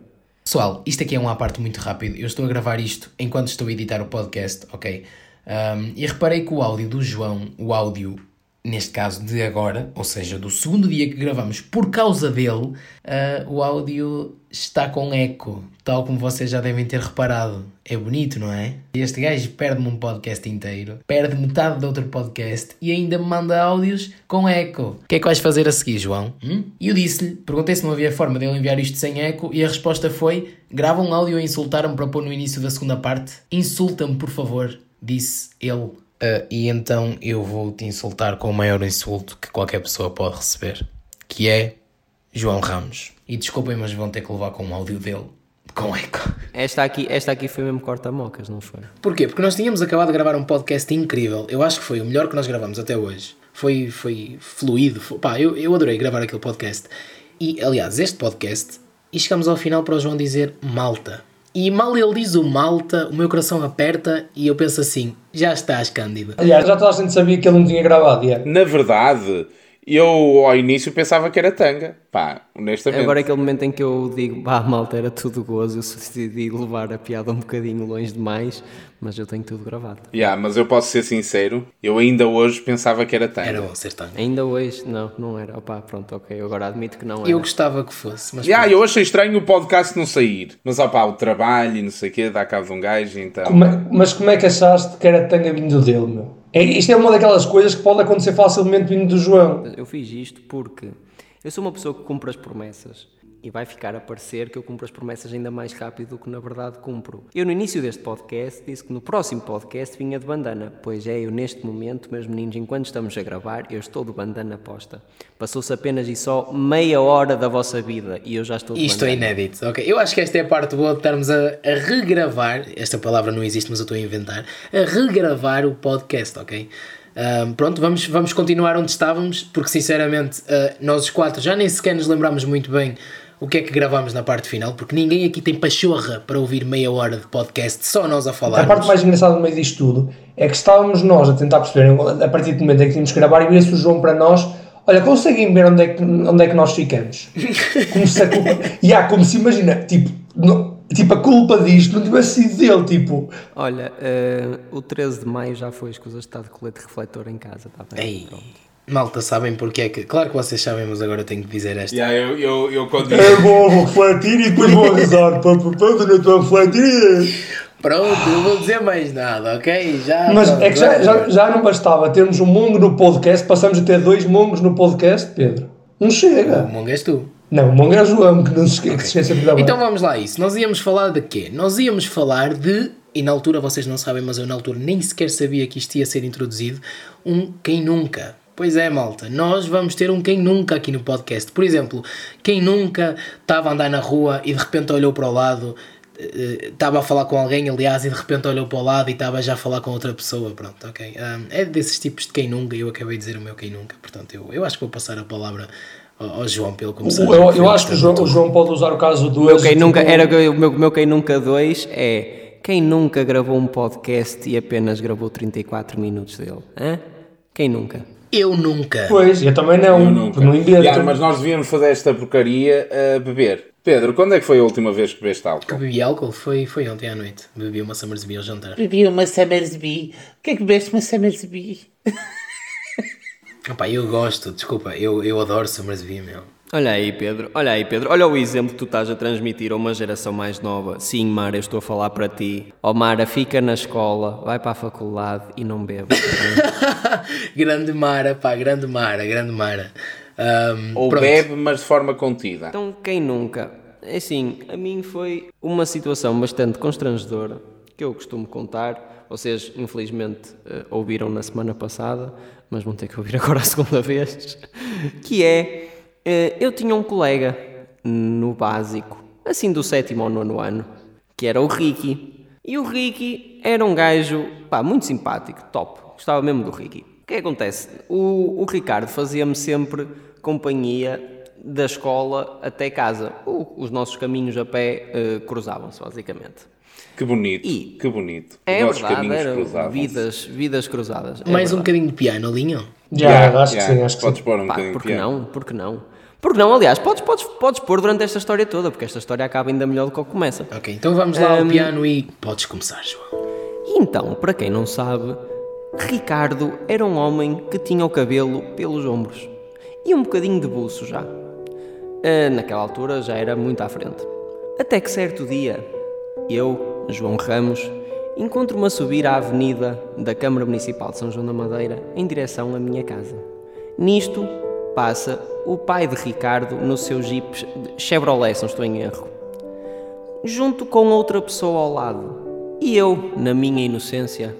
S2: Pessoal, isto aqui é um à parte muito rápido. Eu estou a gravar isto enquanto estou a editar o podcast, ok? Ahm, e reparei que o áudio do João, o áudio neste caso de agora, ou seja, do segundo dia que gravamos, por causa dele, ah, o áudio está com eco, tal como vocês já devem ter reparado. É bonito, não é? Este gajo perde-me um podcast inteiro, perde metade de outro podcast e ainda me manda áudios com eco. O que é que vais fazer a seguir, João? Hum? E eu disse-lhe, perguntei se não havia forma de ele enviar isto sem eco e a resposta foi: grava um áudio a insultar-me para pôr no início da segunda parte. Insulta-me, por favor, disse ele. Ah, e então eu vou te insultar com o maior insulto que qualquer pessoa pode receber, que é João Ramos. E desculpem, mas vão ter que levar com o áudio dele com eco.
S1: Esta aqui, esta aqui foi mesmo corta-mocas, não foi?
S2: Porquê? Porque nós tínhamos acabado de gravar um podcast incrível. Eu acho que foi o melhor que nós gravamos até hoje. Foi, foi fluido. Foi, pá, eu, eu adorei gravar aquele podcast. E, aliás, este podcast. E chegamos ao final para o João dizer malta. E mal ele diz o malta, o meu coração aperta e eu penso assim: já estás, Cândida.
S3: Aliás, já toda a gente sabia que ele não tinha gravado, yeah.
S4: Na verdade, eu ao início pensava que era tanga. Pá, honestamente.
S1: Agora é aquele momento em que eu digo, pá, malta, era tudo gozo, eu decidi levar a piada um bocadinho longe demais, mas eu tenho tudo gravado.
S4: Yeah, mas eu posso ser sincero, eu ainda hoje pensava que era tanga.
S2: Era um bom ser tanga.
S1: Ainda hoje, não, não era. Opa, pronto, ok, eu agora admito que não era.
S2: Eu gostava que fosse, mas.
S4: Yeah, eu achei estranho o podcast não sair. Mas ó pá, o trabalho e não sei o quê, dá cabo de um gajo, então.
S3: Como é- mas como é que achaste que era tanga vindo dele, meu? É, isto é uma daquelas coisas que pode acontecer facilmente vindo do João.
S1: Eu fiz isto porque eu sou uma pessoa que cumpre as promessas e vai ficar a parecer que eu cumpro as promessas ainda mais rápido do que na verdade cumpro. Eu, no início deste podcast, disse que no próximo podcast vinha de bandana. Pois é, eu neste momento, meus meninos, enquanto estamos a gravar, eu estou de bandana posta. Passou-se apenas e só meia hora da vossa vida e eu já estou de
S2: Isto é
S1: bandana.
S2: inédito, ok. Eu acho que esta é a parte boa de estarmos a, a regravar. Esta palavra não existe, mas eu estou a inventar. A regravar o podcast, ok? Ahm, pronto, vamos, vamos continuar onde estávamos, porque sinceramente ah, nós os quatro já nem sequer nos lembramos muito bem o que é que gravámos na parte final, porque ninguém aqui tem pachorra para ouvir meia hora de podcast só nós a falar.
S3: A parte mais engraçada no meio disto tudo é que estávamos nós a tentar perceber, a partir do momento em que tínhamos que gravar, e vira-se o João para nós. Olha, conseguem ver onde é que, onde é que nós ficamos? Como se a culpa. Yeah, como se imagina, tipo, não- tipo, a culpa disto não tivesse sido dele, tipo.
S1: Olha, eh, o 13 de maio já foi, escusas de estar de colete refletor em casa, está bem?
S2: Ei, malta, sabem porque é que. Claro que vocês sabem, mas agora tenho que dizer esta.
S4: Yeah, eu, eu, eu quando
S3: É bom, vou refletir e depois vou avisar. Pá, pá, pá, eu não estou a refletir.
S2: Pronto, não vou dizer mais nada, ok? Já,
S3: Mas
S2: pronto,
S3: é que já,
S2: agora-
S3: já, já não bastava termos um mongo no podcast, passamos a ter dois mongos no podcast, Pedro. Não
S2: O
S3: chega.
S2: Mongo és tu.
S3: Não, o mongo é o João, que não se esque- que se esquece de dar
S2: Então
S3: bem.
S2: vamos lá a isso. Nós íamos falar de quê? Nós íamos falar de, e na altura vocês não sabem, mas eu na altura nem sequer sabia que isto ia ser introduzido, um quem nunca. Pois é, malta, nós vamos ter um quem nunca aqui no podcast. Por exemplo, quem nunca estava a andar na rua e de repente olhou para o lado, eh, estava a falar com alguém, aliás, e de repente olhou para o lado e estava já a falar com outra pessoa, pronto, ok. Ah, é desses tipos de quem nunca, eu acabei de dizer o meu quem nunca, portanto, eu, eu acho que vou passar a palavra ao, ao João pelo começar.
S3: O- Eu, eu acho que o João, o João pode usar o caso do
S1: meu quem nunca era o que eu- o meu, o meu quem nunca dois é quem nunca gravou um podcast e apenas gravou 34 minutos dele hã? quem nunca
S2: Eu nunca.
S3: Pois, eu também não, porque não invento.
S4: Yeah, mas nós devíamos fazer esta porcaria a beber. Pedro, quando é que foi a última vez que bebeste
S2: que
S4: álcool?
S2: bebi álcool foi, foi ontem à noite. Bebi uma Summersby ao jantar.
S6: Bebi uma Summersby. O que é que bebeste uma Summersby?
S2: Opa, eu gosto, desculpa, eu, eu adoro Summersby, meu.
S1: olha aí Pedro olha aí Pedro olha o exemplo que tu estás a transmitir a uma geração mais nova sim Mara eu estou a falar para ti ó Mara fica na escola vai para a faculdade e não bebe
S2: grande Mara, pá, grande Mara, grande Mara. Ahm,
S4: Ou
S2: pronto.
S4: bebe, mas de forma contida.
S1: Então, quem nunca? É Assim, a mim foi uma situação bastante constrangedora que eu costumo contar. Vocês, infelizmente, eh, ouviram na semana passada, mas vão ter que ouvir agora a segunda vez. Que é: eh, eu tinha um colega no básico, assim do sétimo ao nono ano, que era o Ricky. E o Ricky era um gajo, pá, muito simpático, top. Gostava mesmo do Ricky. O que é que acontece? O, o Ricardo fazia-me sempre companhia da escola até casa. O- os nossos caminhos a pé eh, cruzavam-se, basicamente.
S4: Que bonito,
S1: E-
S4: que bonito.
S1: É
S4: Os nossos
S1: verdade,
S4: caminhos
S1: eram
S4: cruzavam-se.
S1: vidas, vidas cruzadas. É
S2: Mais um
S1: verdade.
S2: bocadinho de piano, Linho.
S3: Já,
S4: Yeah,
S3: acho que
S4: yeah,
S3: sim, acho que
S4: Podes
S3: sim.
S4: pôr um
S1: Pá,
S4: bocadinho de
S1: porque
S4: piano.
S1: não? Porque não? Porque não, aliás, podes, podes, podes pôr durante esta história toda, porque esta história acaba ainda melhor do que o que começa.
S2: Ok, então vamos lá ao piano e podes começar, João.
S1: E Então, para quem não sabe, Ricardo era um homem que tinha o cabelo pelos ombros e um bocadinho de buço já. Ah, naquela altura já era muito à frente. Até que certo dia, eu, João Ramos, encontro-me a subir à avenida da Câmara Municipal de São João da Madeira em direção à minha casa. Nisto passa o pai de Ricardo no seu jeep Chevrolet, se não estou em erro junto com outra pessoa ao lado. E eu, na minha inocência,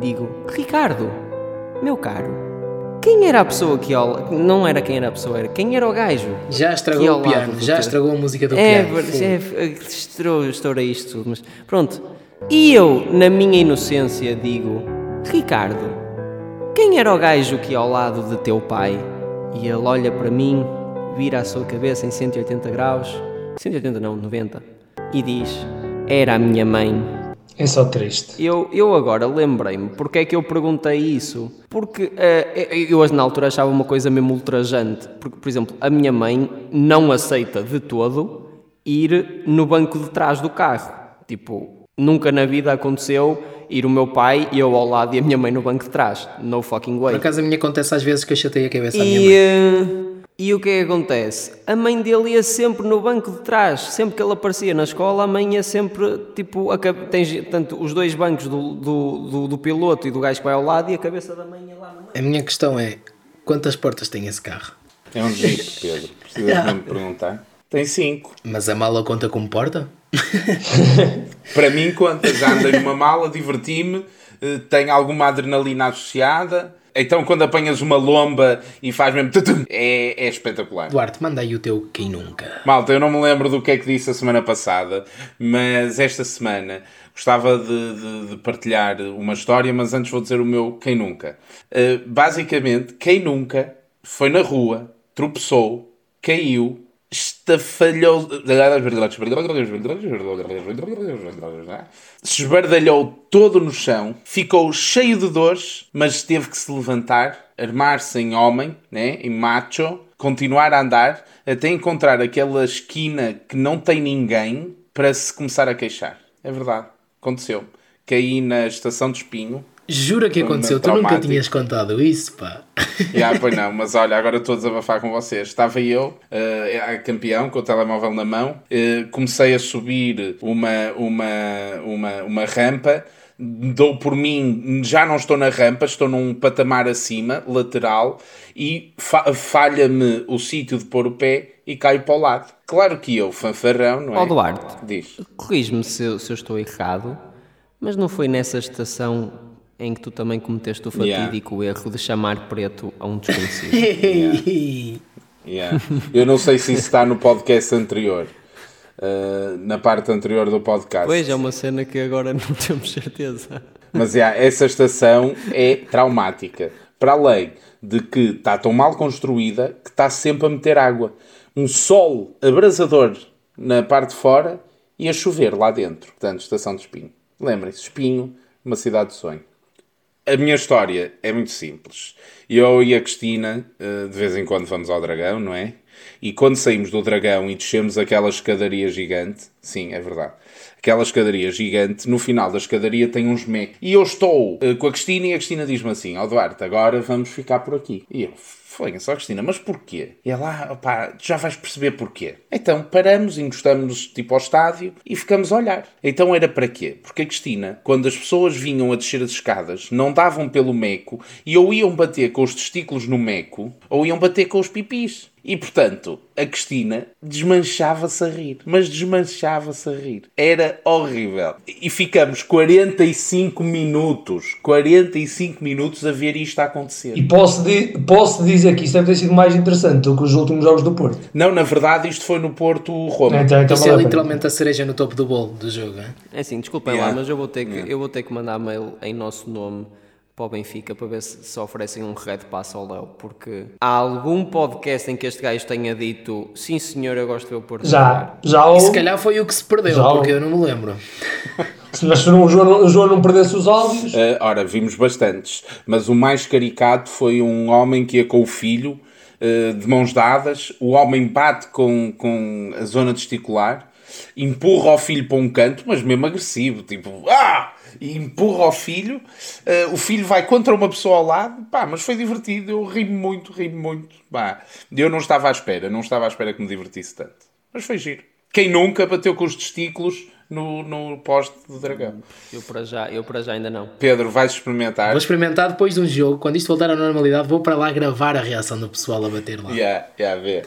S1: digo: Ricardo, meu caro, quem era a pessoa que ao. Não era quem era a pessoa, era quem era o gajo.
S2: Já
S1: que ao
S2: estragou o
S1: lado
S2: piano,
S1: do
S2: já
S1: teu-
S2: estragou a música do
S1: É,
S2: piano.
S1: ver- é, estourou, estourei isto tudo, mas pronto. E eu, na minha inocência, digo: Ricardo, quem era o gajo que ia ao lado de teu pai? E ele olha para mim, vira a sua cabeça em 180 graus, 180 não, 90, e diz: Era a minha mãe.
S3: É só triste.
S1: Eu, eu agora lembrei-me porque é que eu perguntei isso. Porque eh, eu, eu na altura achava uma coisa mesmo ultrajante. Porque, por exemplo, a minha mãe não aceita de todo ir no banco de trás do carro. Tipo, nunca na vida aconteceu ir o meu pai, eu ao lado e a minha mãe no banco de trás. No fucking way.
S2: Por acaso a minha acontece às vezes que eu chatei a cabeça à minha
S1: E,
S2: mãe.
S1: eh, e o que é que acontece? A mãe dele ia sempre no banco de trás, sempre que ele aparecia na escola, a mãe ia sempre, tipo, a, cabe- tens tanto os dois bancos do, do, do, do piloto e do gajo que vai ao lado e a cabeça da mãe ia lá no meio.
S2: A minha questão é: quantas portas tem esse carro?
S4: É um jeito, Pedro. Precisas mesmo perguntar. Tem cinco.
S2: Mas a mala conta como porta?
S4: Para mim, conta. Já andei numa mala, diverti-me, eh, tem alguma adrenalina associada. Então, quando apanhas uma lomba e faz mesmo. tutum, É, é espetacular.
S2: Duarte, manda aí o teu quem nunca.
S4: Malta, eu não me lembro do que é que disse a semana passada, mas esta semana gostava de, de- de partilhar uma história, mas antes vou dizer o meu quem nunca. Eh, basicamente, quem nunca foi na rua, tropeçou, caiu, estafalhou. Se esbardalhou todo no chão, ficou cheio de dores, mas teve que se levantar, armar-se em homem, né, em macho, continuar a andar até encontrar aquela esquina que não tem ninguém para se começar a queixar. É verdade, aconteceu. Caí na estação de espinho.
S2: Jura que
S4: Foi
S2: aconteceu, tu
S4: traumático.
S2: nunca tinhas contado isso, pá.
S4: E ah, pois não, mas olha, agora estou a desabafar com vocês. Estava eu, eh, a campeão, com o telemóvel na mão, eh, comecei a subir uma, uma, uma, uma rampa. Dou por mim, já não estou na rampa, estou num patamar acima, lateral, e fa- falha-me o sítio de pôr o pé e caio para o lado. Claro que eu, fanfarrão, não é?
S1: Ó Duarte,
S4: Diz.
S1: corrijo-me se, eu- se eu estou errado, mas não foi nessa estação em que tu também cometeste o
S4: Yeah.
S1: fatídico erro de chamar preto a um desconhecido?
S4: Yeah. Eu não sei se isso está no podcast anterior, eh, na parte anterior do podcast.
S1: Pois, é uma cena que agora não temos certeza.
S4: Mas yeah, essa estação é traumática. Para além de que está tão mal construída que está sempre a meter água. Um sol abrasador na parte de fora e a chover lá dentro. Portanto, estação de Espinho. Lembrem-se, Espinho, uma cidade de sonho. A minha história é muito simples. Eu e a Cristina, eh, de vez em quando, vamos ao dragão, não é? E quando saímos do dragão e descemos aquela escadaria gigante, sim, é verdade, aquela escadaria gigante, no final da escadaria tem uns mec. E eu estou eh, com a Cristina e a Cristina diz-me assim: Ó Duarte, agora vamos ficar por aqui. E eu, foi só Cristina, mas porquê? E ela, opá, tu já vais perceber porquê. Então paramos, encostamos tipo ao estádio e ficamos a olhar. Então era para quê? Porque a Cristina, quando as pessoas vinham a descer as escadas, não davam pelo meco e ou iam bater com os testículos no meco ou iam bater com os pipis. E portanto, a Cristina desmanchava-se a rir, mas desmanchava-se a rir. Era horrível. E ficamos 45 minutos, 45 minutos a ver isto a acontecer.
S3: E posso, di- posso dizer que isso deve ter sido mais interessante do que os últimos jogos do Porto.
S4: Não, na verdade, isto foi no Porto Roma.
S3: Então, então
S2: Isso
S3: vale a
S2: é
S3: pena.
S2: literalmente a cereja no topo do bolo do jogo, é?
S1: É assim, desculpem
S4: Yeah.
S1: lá, mas eu vou, ter que, eu vou ter que mandar mail em nosso nome para o Benfica para ver se, se oferecem um red pass ao Léo, porque há algum podcast em que este gajo tenha dito sim senhor, eu gosto de ver o Porto jogar."
S3: Já, já ou,
S2: Se calhar foi o que se perdeu,
S3: Já.
S2: porque eu não me lembro.
S3: mas se não, o, João, não- o João não perdesse os áudios,
S4: Eh, ora, vimos bastantes, mas o mais caricato foi um homem que ia com o filho, eh, de mãos dadas, o homem bate com, com a zona testicular, empurra o filho para um canto, mas mesmo agressivo, tipo, ah! e empurra ao filho. eh, o filho vai contra uma pessoa ao lado, pá, mas foi divertido. Eu ri muito, ri muito. Pá. Eu não estava à espera, não estava à espera que me divertisse tanto. Mas foi giro. Quem nunca bateu com os testículos no, no poste do dragão?
S1: Eu para já, eu para já ainda não.
S4: Pedro, vais experimentar.
S2: Vou experimentar depois de um jogo, quando isto voltar à normalidade, vou para lá gravar a reação do pessoal a bater lá.
S4: Yeah, yeah, vê.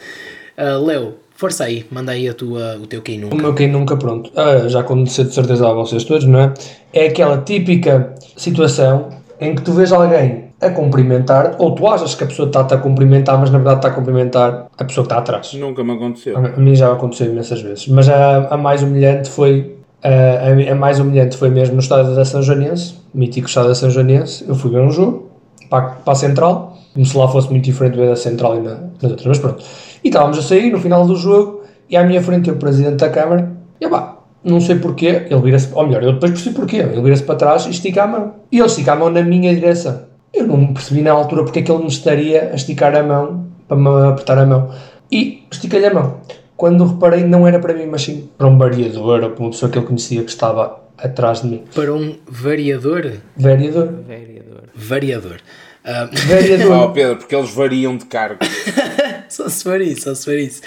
S2: Ah, Leo, força aí, manda aí a tua, o teu quem
S3: O
S2: nunca.
S3: meu quem nunca, pronto, ah, já aconteceu de certeza a vocês todos, não é? É aquela típica situação em que tu vês alguém a cumprimentar, ou tu achas que a pessoa está-te a cumprimentar, mas na verdade está a cumprimentar a pessoa que está atrás.
S4: Nunca me aconteceu.
S3: A mim já aconteceu imensas vezes, mas a, a mais humilhante foi a, a- a mais humilhante foi mesmo no estádio da São Joanense, mítico estádio da São Joanense. Eu fui ver um jogo para, para a Central, como se lá fosse muito diferente ver a Central e na, nas outras, mas pronto. E estávamos a sair no final do jogo e à minha frente tem o presidente da Câmara e pá, não sei porquê, ele vira-se, ou melhor, eu depois percebi porquê, ele vira-se para trás e estica a mão. E ele estica a mão na minha direção. Eu não me percebi na altura porque é que ele me estaria a esticar a mão para me apertar a mão. E estiquei-lhe a mão. Quando reparei, não era para mim, mas sim para um variador ou para uma pessoa que ele conhecia que estava atrás de mim.
S2: Para um variador?
S3: Vereador?
S1: Vereador.
S2: Variador. Ah,
S4: Oh,
S3: Vereador.
S4: Pedro, porque eles variam de cargo.
S2: só se for isso, só se for isso.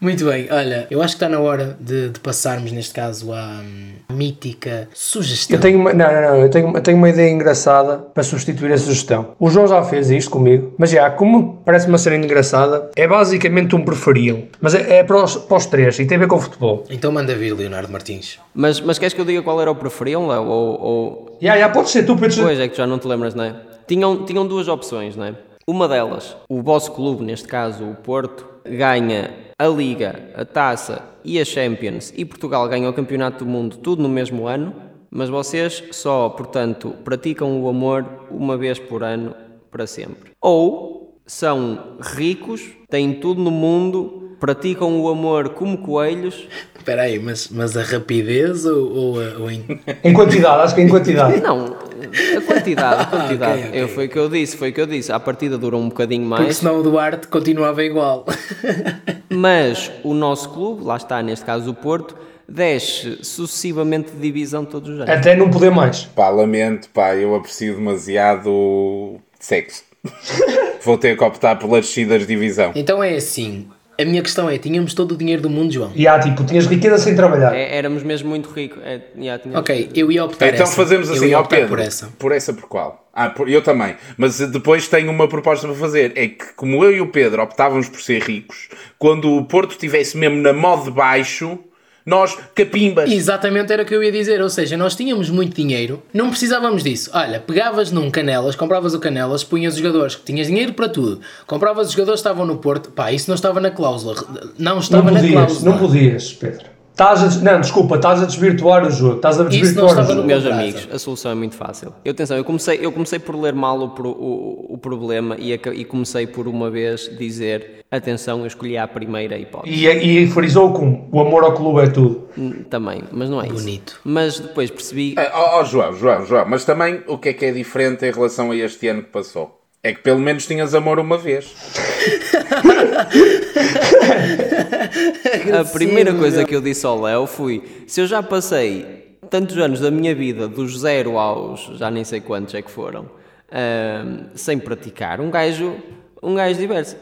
S2: Muito bem, olha, eu acho que está na hora de, de passarmos, neste caso, à hum, mítica sugestão.
S3: Eu tenho uma, não, não, não, eu tenho, eu tenho uma ideia engraçada para substituir a sugestão. O João já fez isto comigo, mas já, como parece uma cena engraçada, é basicamente um preferiam. Mas é, é para, os, para os três e tem a ver com futebol.
S2: Então manda vir, Leonardo Martins.
S1: Mas, mas queres que eu diga qual era o preferiam, Léo? Ou, ou...
S3: Já, já, pode ser tu, Pedro.
S1: Pois é que tu já não te lembras, não é? Tinham, tinham duas opções, não é? Uma delas, o vosso clube, neste caso o Porto, ganha a Liga, a Taça e a Champions e Portugal ganha o Campeonato do Mundo tudo no mesmo ano, mas vocês só, portanto, praticam o amor uma vez por ano para sempre. Ou são ricos, têm tudo no mundo, praticam o amor como coelhos
S2: Espera aí, mas, mas a rapidez ou, ou, a- ou em-
S3: Em quantidade, acho que é em quantidade.
S1: Não, a quantidade, a quantidade.
S2: ok, ok.
S1: Eu, foi o que eu disse, foi o que eu disse. A partida dura um bocadinho
S2: Porque
S1: mais,
S2: senão o Duarte continuava igual.
S1: mas o nosso clube, lá está neste caso o Porto, desce sucessivamente de divisão todos os
S2: Então-
S1: anos.
S3: Até não poder mais.
S4: Pá, lamento, pá, eu aprecio demasiado sexo. Vou ter que optar pelas descidas de divisão.
S2: então é assim. A minha questão é: tínhamos todo o dinheiro do mundo, João?
S3: E há, tipo, tinhas riqueza sem trabalhar.
S1: É, éramos mesmo muito ricos. É, já tinha-
S2: Ok, eu ia optar
S4: então
S2: essa.
S4: fazemos
S2: Eu
S4: assim,
S2: ia
S4: ó
S2: optar
S4: Pedro.
S2: por essa.
S4: por essa por qual? Ah, por- eu também. Mas depois tenho uma proposta para fazer. É que, como eu e o Pedro optávamos por ser ricos, quando o Porto estivesse mesmo na moda de baixo, nós capimbas.
S2: Exatamente era o que eu ia dizer, ou seja, nós tínhamos muito dinheiro, não precisávamos disso. Olha, pegavas num Canelas, compravas o Canelas, punhas os jogadores, que tinhas dinheiro para tudo, compravas os jogadores que estavam no Porto, pá, isso não estava na cláusula, não
S3: Não
S2: estava na
S3: podias,
S2: cláusula.
S3: não podias, Pedro. Estás a, des- não, desculpa, estás a desvirtuar o jogo. Estás a
S2: não
S3: desvirtuar o
S2: estava
S3: jogo.
S2: no-
S1: Meus
S2: Contrata.
S1: amigos, a solução é muito fácil. Eu, atenção, eu comecei, eu comecei por ler mal o, pro- o, o problema e, aca- e comecei por uma vez dizer: atenção, eu escolhi a primeira hipótese.
S3: E, e frisou como? O amor ao clube é tudo.
S1: Hum, Também, mas não é isso.
S2: Bonito. É,
S1: Mas depois percebi
S4: Ah, Ó ó, João, João, João, mas também o que é que é diferente em relação a este ano que passou? É que pelo menos tinhas amor uma vez.
S1: A primeira coisa que eu disse ao Léo foi: se eu já passei tantos anos da minha vida, dos zero aos já nem sei quantos é que foram, ahm, sem praticar, um gajo, um gajo diverso.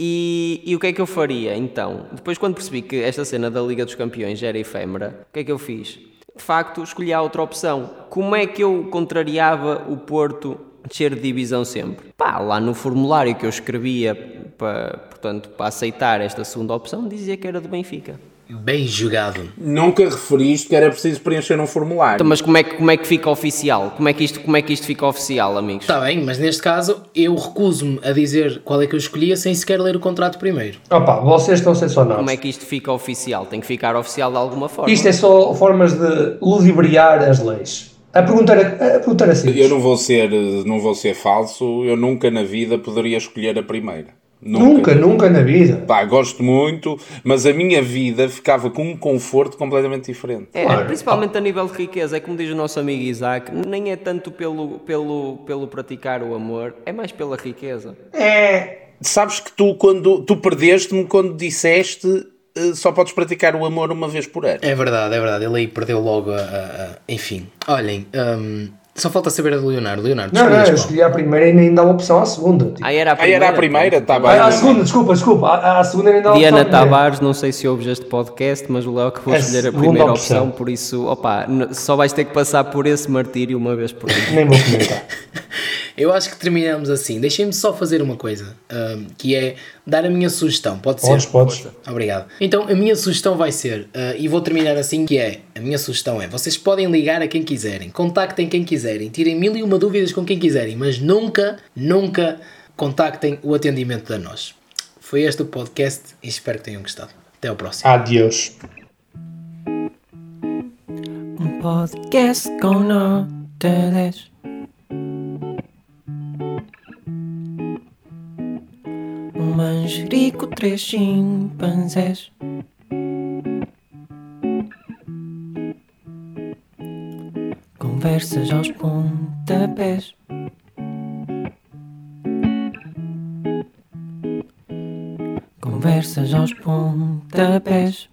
S1: E, e o que é que eu faria então? Depois, quando percebi que esta cena da Liga dos Campeões era efêmera, o que é que eu fiz? De facto, escolhi a outra opção. Como é que eu contrariava o Porto descer de divisão sempre? Pá, lá no formulário que eu escrevia para, portanto, para aceitar esta segunda opção, dizia que era do Benfica.
S2: Bem jogado.
S4: Nunca referiste que era preciso preencher um formulário.
S1: Então, mas como é que, como é que fica oficial? Como é que, isto, como é que isto fica oficial, amigos?
S2: Está Tá bem, mas neste caso eu recuso-me a dizer qual é que eu escolhia sem sequer ler o contrato primeiro.
S3: Opa, vocês estão a ser só nós.
S1: Como é que isto fica oficial? Tem que ficar oficial de alguma forma.
S3: Isto é só formas de ludibriar as leis. A pergunta era, a pergunta era simples.
S4: Eu não vou ser, eh, não vou ser falso, eu nunca na vida poderia escolher a primeira.
S3: nunca, nunca, na vida.
S4: Pá, gosto muito, mas a minha vida ficava com um conforto completamente diferente.
S1: É,
S3: Claro.
S1: principalmente a nível de riqueza, é como diz o nosso amigo Isaac, nem é tanto pelo, pelo, pelo praticar o amor, é mais pela riqueza.
S3: É.
S4: Sabes que tu quando tu perdeste-me quando disseste eh, só podes praticar o amor uma vez por ano.
S2: É verdade, é verdade. Ele aí perdeu logo a. a- a- Enfim, olhem, hum, só falta saber a do Leonardo. Leonardo,
S3: Não, não, eu
S2: escolhas qual?
S3: escolhi a primeira e nem dava opção à segunda. Tipo.
S1: Aí era a
S4: Aí
S1: primeira.
S4: era a primeira, tá, está bem.
S3: Ah, à segunda, desculpa, desculpa. À, à segunda nem dava opção. à
S1: Diana
S3: primeira.
S1: Tavares, não sei se ouves este podcast, mas o Léo acabou de
S3: É
S1: escolher a
S3: segunda
S1: primeira
S3: opção.
S1: opção. por isso, opa, n- só vais ter que passar por esse martírio uma vez por ano.
S3: Nem vou comentar.
S2: Eu acho que terminamos assim. Deixem-me só fazer uma coisa, hum, que é dar a minha sugestão, pode
S3: Podes,
S2: ser?
S3: podes.
S2: Obrigado. Então, a minha sugestão vai ser, ah, e vou terminar assim, que é, a minha sugestão é, vocês podem ligar a quem quiserem, contactem quem quiserem, tirem mil e uma dúvidas com quem quiserem, mas nunca, nunca contactem o atendimento da nós. Foi este o podcast e espero que tenham gostado. Até ao próximo.
S3: Adeus.
S7: Um podcast com notas. Um manjerico, três chimpanzés. Conversas aos pontapés. Conversas aos pontapés.